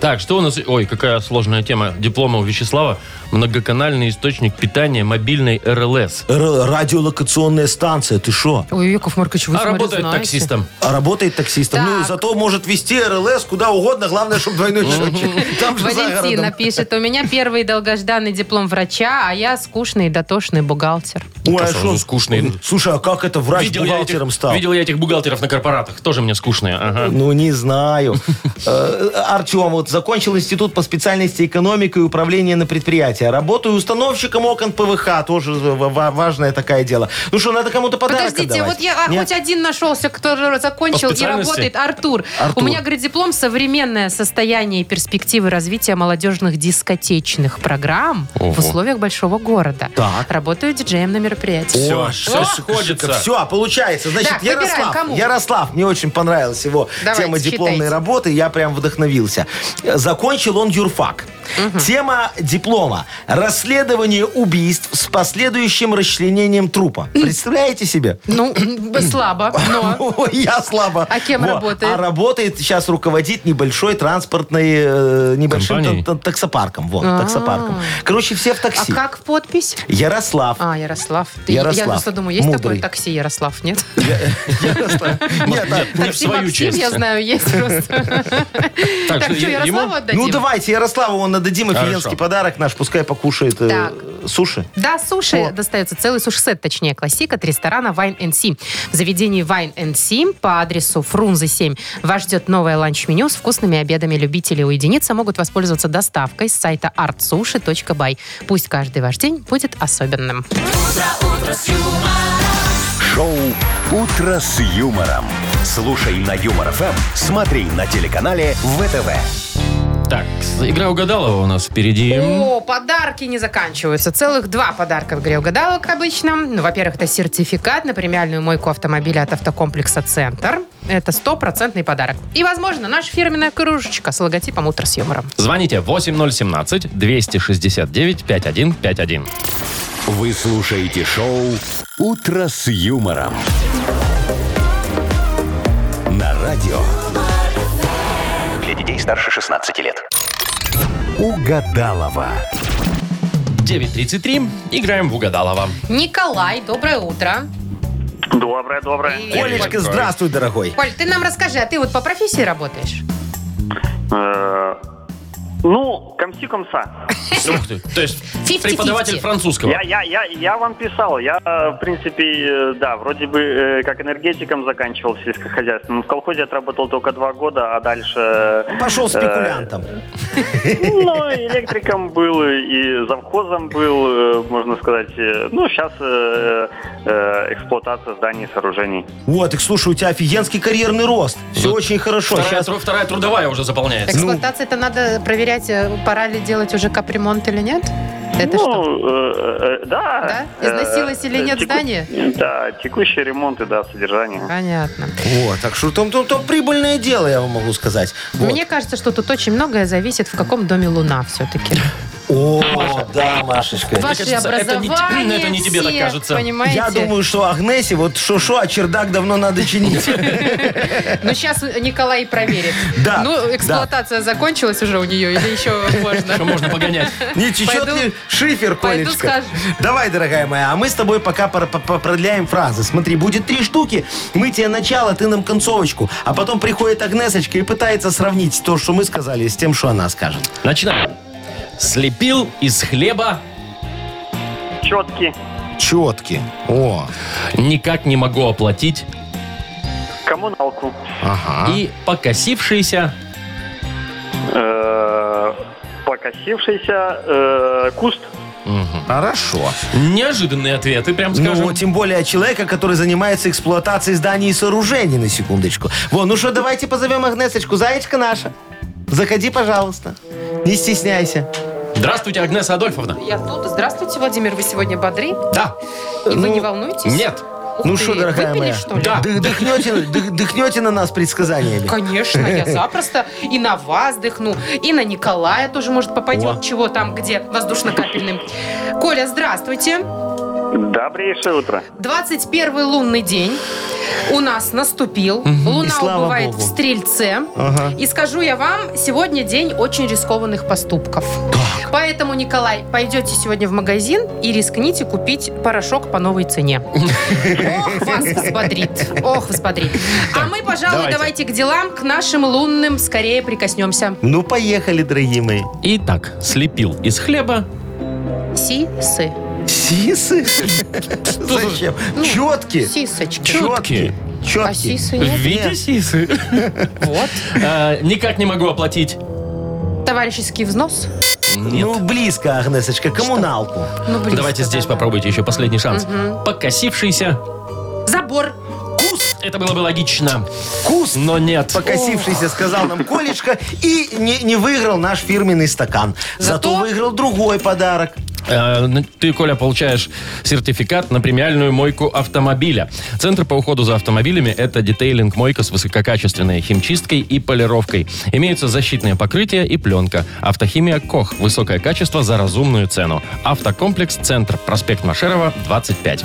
S2: Так, что у нас... Ой, какая сложная тема диплома у Вячеслава. Многоканальный источник питания мобильной РЛС.
S4: Р- радиолокационная станция, ты шо?
S3: Ой, Яков Маркович, вы
S2: а
S3: смотрю,
S2: работает
S3: знаете.
S2: таксистом.
S4: А Работает таксистом. Ну,
S3: Так.
S4: зато может вести РЛС куда угодно, главное, чтобы двойной счетчик. Там же за
S3: Валентина
S4: городом.
S3: пишет, у меня первый долгожданный диплом врача, а я скучный и дотошный бухгалтер.
S4: Ой, а
S2: Сразу
S4: шо?
S2: скучный.
S4: Слушай, а как это врач бухгалтером
S2: я этих,
S4: стал?
S2: видел я этих бухгалтеров на корпоратах. Тоже мне скучные. Ага.
S4: Ну, не знаю. Ну, Э, Артем путем. Вот закончил институт по специальности экономика и управление на предприятии. Работаю установщиком окон ПВХ. Тоже ва- ва- важное такое дело. Ну что, надо кому-то подарок
S3: Подождите,
S4: отдавать?
S3: вот я а,
S4: Нет?
S3: хоть один нашелся, который закончил
S2: По
S3: и
S2: специальности?
S3: работает. Артур.
S4: Артур.
S3: У меня, говорит, диплом «Современное состояние и перспективы развития молодежных дискотечных программ
S2: Ого.
S3: в условиях большого города».
S4: Так.
S3: Работаю диджеем на мероприятии.
S2: Все,
S4: О,
S2: все
S3: о,
S2: сходится.
S4: Все, получается. Значит,
S3: Так, выбираем,
S4: Ярослав.
S3: кому?
S4: Ярослав, мне очень понравилась его
S3: Давайте,
S4: тема дипломной
S3: читайте.
S4: работы. Я прям вдохновился. Закончил он юрфак. Тема диплома. Расследование убийств с последующим расчленением трупа. Представляете себе?
S3: Ну, слабо, но...
S4: Ой, я слабо.
S3: А кем работает?
S4: А работает, сейчас руководит небольшой транспортной, э, небольшим
S2: Компанией?
S4: та- та- таксопарком. Вот, таксопарком. Короче, все в
S3: А
S4: такси.
S3: как подпись?
S4: Ярослав.
S3: А, Ярослав. Ты- Я
S4: Ярослав.
S3: просто думаю, есть
S4: Мудрый.
S3: такое такси Ярослав, нет?
S4: Ярослав. Нет, а-
S2: Нет, не в
S3: Такси
S2: свою
S3: Максим,
S2: честь.
S3: я знаю, есть просто. Так что,
S2: что, е-
S3: Ярославу
S4: Ну
S3: отдадим?
S4: давайте Ярославу он отдадим
S2: Хорошо.
S4: офигенский подарок наш, пускай покушает э,
S3: Так.
S4: суши.
S3: Да, суши достается целый суши-сет, точнее, классик от ресторана Wine Си. В заведении Wine Си по адресу Фрунзе 7 вас ждет новое ланч-меню с вкусными обедами. Любители уединиться могут воспользоваться доставкой с сайта artsushi.by. Пусть каждый ваш день будет особенным.
S1: Шоу «Утро с юмором». Слушай на Юмор ФМ, смотри на телеканале ВТВ.
S2: Так, с- игра угадала у нас впереди.
S3: О, подарки не заканчиваются. Целых два подарка в игре угадалок обычно. Ну, во-первых, это сертификат на премиальную мойку автомобиля от автокомплекса «Центр». Это стопроцентный подарок. И, возможно, наша фирменная кружечка с логотипом «Утро с юмором».
S2: Звоните 8017-269-5151.
S1: Вы слушаете шоу «Утро с юмором». На радио
S6: Для детей старше 16 лет.
S1: «Угадалова».
S2: 9.33. Играем в Угадалова.
S3: Николай, доброе утро.
S7: Доброе, доброе.
S3: Привет,
S4: Олечка,
S2: Коль.
S4: здравствуй, дорогой.
S3: Коль. Коль, ты нам расскажи, а ты вот по профессии работаешь?
S7: Э, Ну, комси комса.
S2: Ух ты. То есть
S3: 50-50.
S2: преподаватель французского.
S7: Я, я, я, я вам писал, я, э, в принципе, э, да, вроде бы э, как энергетиком заканчивал сельскохозяйственным. В колхозе отработал только два года, а дальше... э,
S4: Пошел спекулянтом.
S7: Ну, электриком был и завхозом был, э, можно сказать. э, Ну, сейчас эксплуатация зданий и сооружений.
S4: Вот, так слушай, у тебя офигенский карьерный рост. Все
S2: Вот.
S4: очень хорошо.
S2: Вторая,
S4: Сейчас
S2: тру- вторая трудовая уже заполняется.
S3: Эксплуатация-то надо проверять, э, пора ли делать уже капремонт или нет? Это
S7: ну,
S3: что?
S7: э, э, да.
S3: Да? Износилось
S7: э,
S3: или нет
S7: теку-
S3: здание?
S7: Да, текущие ремонты, да, содержание.
S3: Понятно.
S4: Вот, так что там, там, там прибыльное дело, я вам могу сказать. Вот.
S3: Мне кажется, что тут очень многое зависит, в каком доме луна все-таки.
S4: О, да, Машечка.
S3: Ваше
S2: кажется, это не те-
S3: образование
S2: это не тебе так
S3: все,
S2: кажется.
S3: Понимаете?
S4: Я думаю, что Агнесе вот шо-шо, а чердак давно надо чинить.
S3: Ну, сейчас Николай проверит.
S4: Да,
S3: Ну,
S4: да.
S3: эксплуатация закончилась уже у нее или еще можно?
S2: Еще можно погонять.
S4: Не течет
S3: Пойду-
S4: ли шифер,
S3: пойду
S4: Колечка?
S3: скажу.
S4: Давай, дорогая моя, а мы с тобой пока пор- по- по- продляем фразы. Смотри, будет три штуки, мы тебе начало, ты нам концовочку. А потом приходит Агнесочка и пытается сравнить то, что мы сказали, с тем, что она скажет.
S2: Начинаем. Слепил из хлеба,
S7: Четкий
S4: Четки. О,
S2: никак не могу оплатить.
S7: коммуналку.
S4: ага.
S2: И покосившийся
S7: Э, покосившийся э, куст.
S4: Хорошо.
S2: неожиданные ответы, прям скажем.
S4: Ну, тем более человека, который занимается эксплуатацией зданий и сооружений, на секундочку. Во, ну что, давайте позовем Агнесочку. Заячка наша, заходи, пожалуйста. Не стесняйся.
S2: Здравствуйте, Агнеса Адольфовна.
S3: Я тут. Здравствуйте, Владимир. Вы сегодня бодры?
S2: Да.
S3: И вы
S4: Ну,
S3: не волнуетесь?
S2: Нет.
S3: Ух
S4: Ну
S3: ты,
S4: что, дорогая
S3: выпили,
S4: моя?
S3: что ли?
S2: А, Да.
S4: Дых- Дыхнете, дых- дыхнете на нас предсказаниями?
S3: Конечно, я запросто и на вас дыхну, и на Николая тоже, может, попадет
S4: О.
S3: чего там, где воздушно-капельным. Коля, здравствуйте.
S7: Добрейшее утро.
S3: 21 лунный день у нас наступил. Луна
S4: И слава
S3: убывает
S4: богу.
S3: в Стрельце.
S4: Ага.
S3: И скажу я вам, сегодня день очень рискованных поступков. Поэтому, Николай, пойдете сегодня в магазин и рискните купить порошок по новой цене. Ох, вас взбодрит. Ох, взбодрит. А мы, пожалуй,
S2: давайте.
S3: давайте к делам, к нашим лунным скорее прикоснемся.
S4: Ну, поехали, дорогие мои.
S2: Итак, слепил из хлеба.
S3: Си-сы.
S4: Сисы? Зачем?
S2: ну,
S4: Четки.
S3: Сисочки.
S4: Четки.
S3: А
S4: Четки.
S3: сисы
S2: В
S3: нет?
S2: виде сисы.
S3: Вот.
S2: А, Никак не могу оплатить.
S3: Товарищеский взнос?
S2: Нет.
S4: Ну, близко, Агнесочка, коммуналку.
S3: Ну, близко,
S2: Давайте здесь
S3: да.
S2: попробуйте еще последний шанс. Покосившийся
S3: Забор.
S2: куст. Это было бы логично. Куст? Но нет.
S4: Покосившийся сказал нам Колечко и не, не выиграл наш фирменный стакан. Зато,
S3: Зато-
S4: выиграл другой подарок.
S2: Э, ну, Ты, Коля, получаешь сертификат на премиальную мойку автомобиля. Центр по уходу за автомобилями – это детейлинг-мойка с высококачественной химчисткой и полировкой. Имеются защитное покрытие и пленка. Автохимия «Кох» – высокое качество за разумную цену. Автокомплекс «Центр», проспект Машерова, 25.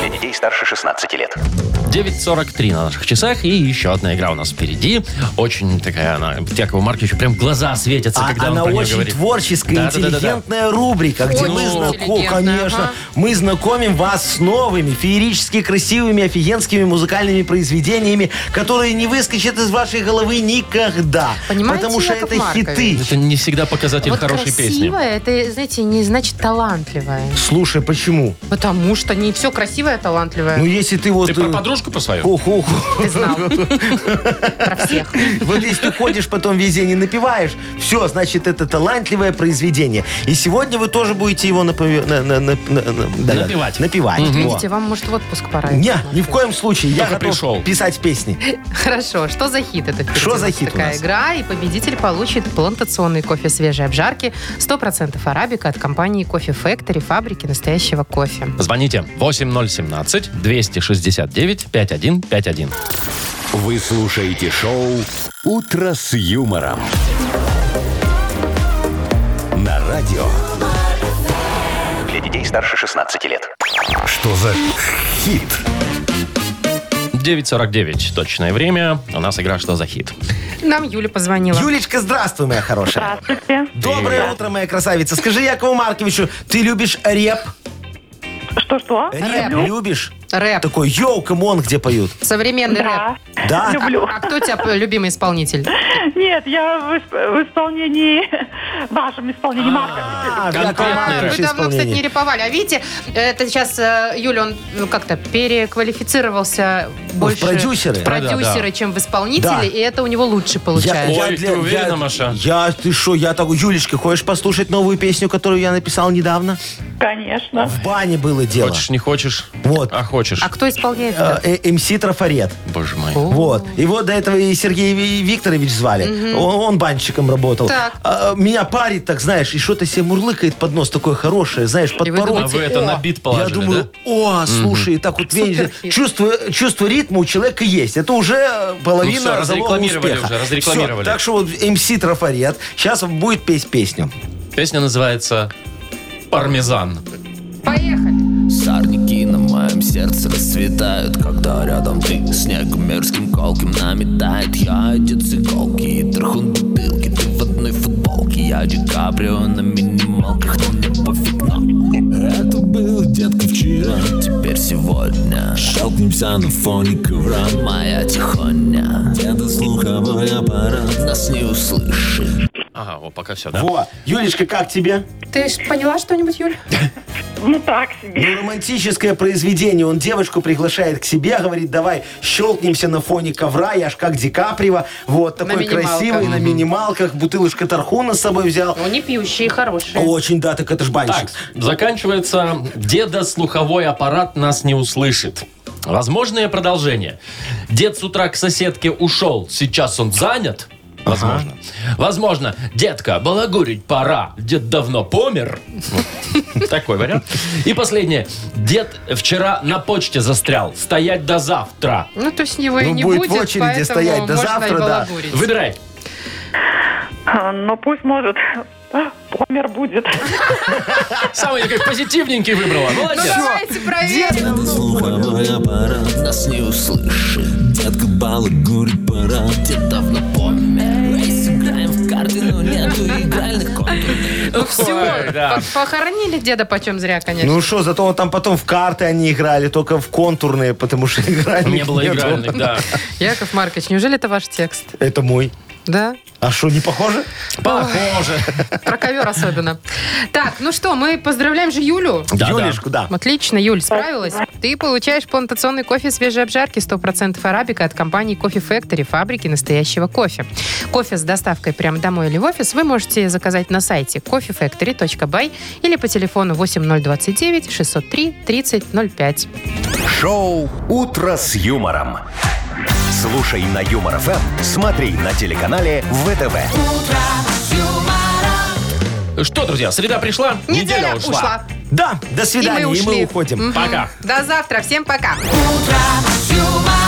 S6: Для детей старше 16 лет.
S2: 9.43 на наших часах, и еще одна игра у нас впереди. Очень такая она, к Якову Марковичу прям глаза светятся,
S4: А-
S2: когда он
S4: она
S2: про неё
S4: очень
S2: говорит.
S4: творческая,
S2: Да-да-да-да-да.
S4: интеллигентная рубрика, где
S3: Очень
S4: мы знакомим,
S3: интеллигентная,
S4: конечно,
S3: ага.
S4: мы знакомим вас с новыми, феерически красивыми, офигенскими музыкальными произведениями, которые не выскочат из вашей головы никогда.
S3: Понимаете,
S4: потому что
S3: Яков
S4: это хиты.
S3: Маркович?
S2: Это не всегда показатель
S3: вот
S2: хорошей песни.
S3: красивая, это, знаете, не значит талантливая.
S4: Слушай, почему?
S3: Потому что не все красивое, а
S4: Ну,
S3: талантливое.
S4: если ты вот...
S2: Ты про
S4: э,
S2: подружку по свою?
S4: ху-ху-ху.
S3: Ты знал. Про всех.
S4: Вот если ты ходишь, потом везде не напиваешь, все, значит, это талантливое произведение. И сегодня вы тоже будете его напови- на- на- на- на- на- да, да,
S2: Напевать.
S4: Напевать.
S3: Видите,
S4: во.
S3: вам, может, в отпуск пора.
S4: Не,
S3: Яков
S4: ни в
S3: Маркович.
S4: коем случае. Я
S2: Только
S4: готов
S2: пришел.
S4: писать песни.
S3: Хорошо, что за хит это? впереди
S4: Что
S3: у
S4: за
S3: нас
S4: хит у
S3: Такая
S4: нас?
S3: игра, и победитель получит плантационный кофе свежей обжарки, 100% арабика от компании Кофе Factory, фабрики настоящего кофе.
S2: Звоните 8017-269-5151.
S1: Вы слушаете шоу «Утро с юмором» на радио.
S6: Для детей старше 16 лет.
S1: Что за хит?
S2: 9.49 точное время. У нас игра «Что за хит?».
S3: Нам Юля позвонила.
S4: Юлечка, здравствуй, моя хорошая.
S8: Здравствуйте.
S4: Доброе утро, моя красавица. Скажи Якову Марковичу, ты любишь реп?
S8: Что-что?
S4: Реп
S3: Люблю.
S4: любишь?
S3: Рэп.
S4: Такой йоу, камон, где поют.
S3: Современный рэп.
S8: Да.
S4: Да?
S8: Люблю.
S3: А кто у тебя п- любимый исполнитель?
S8: Нет, я в, исп- в исполнении, в вашем исполнении Марка.
S4: А, в Якова
S2: Конкретный
S3: Вы
S4: Марковича
S3: давно, кстати, не
S4: исполнение.
S3: реповали. А видите, это сейчас э, Юля, он ну, как-то переквалифицировался больше
S4: продюсеры?
S3: в продюсеры,
S2: Да, да.
S3: чем в исполнителе,
S4: Да.
S3: и это у него лучше получается.
S2: Ой, ты уверена, Маша?
S4: Я, ты что, я такой, Юлечка, хочешь послушать новую песню, которую я написал недавно?
S8: Конечно.
S4: В бане было дело.
S2: Хочешь, не хочешь?
S4: Вот.
S2: А хочешь?
S3: А кто исполняет это?
S4: Э, МС Трафарет.
S2: Боже мой.
S4: Вот. Его до этого и Сергей Ви- Викторович звали. Он, он банщиком работал.
S3: Так.
S4: А, меня парит, так знаешь, и что-то себе мурлыкает под нос такое хорошее, знаешь, под
S3: И вы
S4: порог.
S2: А вы это
S3: О,
S2: на бит
S4: Я
S2: положили,
S4: думаю,
S2: да?
S4: о, слушай, и так вот видишь,
S3: Суперхит.
S4: чувство, чувство ритма у человека есть. Это уже э,
S2: Ну
S4: половина
S2: всё,
S4: залога
S2: разрекламировали
S4: успеха.
S2: уже, разрекламировали.
S4: Всё, так что вот МС Трафарет сейчас будет петь песню.
S2: Песня называется «Пармезан».
S3: Поехали.
S9: Сорняки на моем сердце расцветают Когда рядом ты Снег мерзким колким наметает Я отец иголки и трахун бутылки Ты в одной футболке Я Ди Каприо на минималках Но мне пофиг но Это было, детка, вчера Теперь сегодня Шелкнемся на фоне ковра Моя тихоня Это слуховой аппарат Нас не услышит
S2: Ага, вот пока все, да?
S4: Во, Юлечка, как тебе?
S3: Ты ж поняла что-нибудь, Юль?
S8: Ну так себе.
S4: Ну, романтическое произведение. Он девочку приглашает к себе, говорит, давай щелкнемся на фоне ковра, я ж как Ди Каприо. Вот,
S3: На
S4: такой
S3: минималках.
S4: красивый, на минималках, бутылочка тархуна с собой взял.
S3: Ну, не пьющие, хорошие.
S4: Очень, да, так это ж банщик.
S2: Так, заканчивается «Деда слуховой аппарат нас не услышит». Возможное продолжение. Дед с утра к соседке ушел, сейчас он занят. Возможно. Возможно. Детка, балагурить пора. Дед давно помер. Вот. Такой вариант. И последнее. Дед вчера на почте застрял. Стоять до завтра.
S3: Ну, то есть его и
S4: Ну,
S3: не
S4: будет в
S3: будет,
S4: очереди
S3: поэтому
S4: стоять до
S3: можно
S4: завтра,
S3: и
S4: да.
S3: балагурить.
S2: Выбирай.
S8: А, Ну пусть может. Помер будет.
S2: Самый такой позитивненький выбрала.
S3: Ну,
S2: Молодец.
S3: давайте проверим.
S9: Слуховой аппарат нас не услышит Детка балагурит пора Дед давно помер Эй, сыграем в карты, но нету игральных контуров
S3: Ну, все.
S2: Ой, да.
S3: По- Похоронили деда почем зря, конечно.
S4: Ну что, зато он там потом в карты они играли, только в контурные, потому что играли.
S2: Не было игральных, да.
S3: Яков Маркович, неужели это ваш текст?
S4: Это мой.
S3: Да?
S4: А что, не похоже?
S2: Похоже.
S3: Про ковер особенно. Так, ну что, мы поздравляем же Юлю.
S2: Да-да.
S4: Юлечку, да.
S3: Отлично, Юль, справилась. Ты получаешь плантационный кофе свежей обжарки 100% арабика от компании Coffee Factory, фабрики настоящего кофе. Кофе с доставкой прямо домой или в офис вы можете заказать на сайте coffeefactory.by или по телефону 8029 603 3005.
S1: Шоу «Утро с юмором». Слушай на Юмор ФМ, смотри на телеканале ВТВ.
S2: Что, друзья, среда пришла, неделя ушла.
S4: Да, до свидания, и мы
S3: ушли.
S4: уходим.
S2: Пока.
S3: До завтра, всем пока.
S10: Утро с юмором.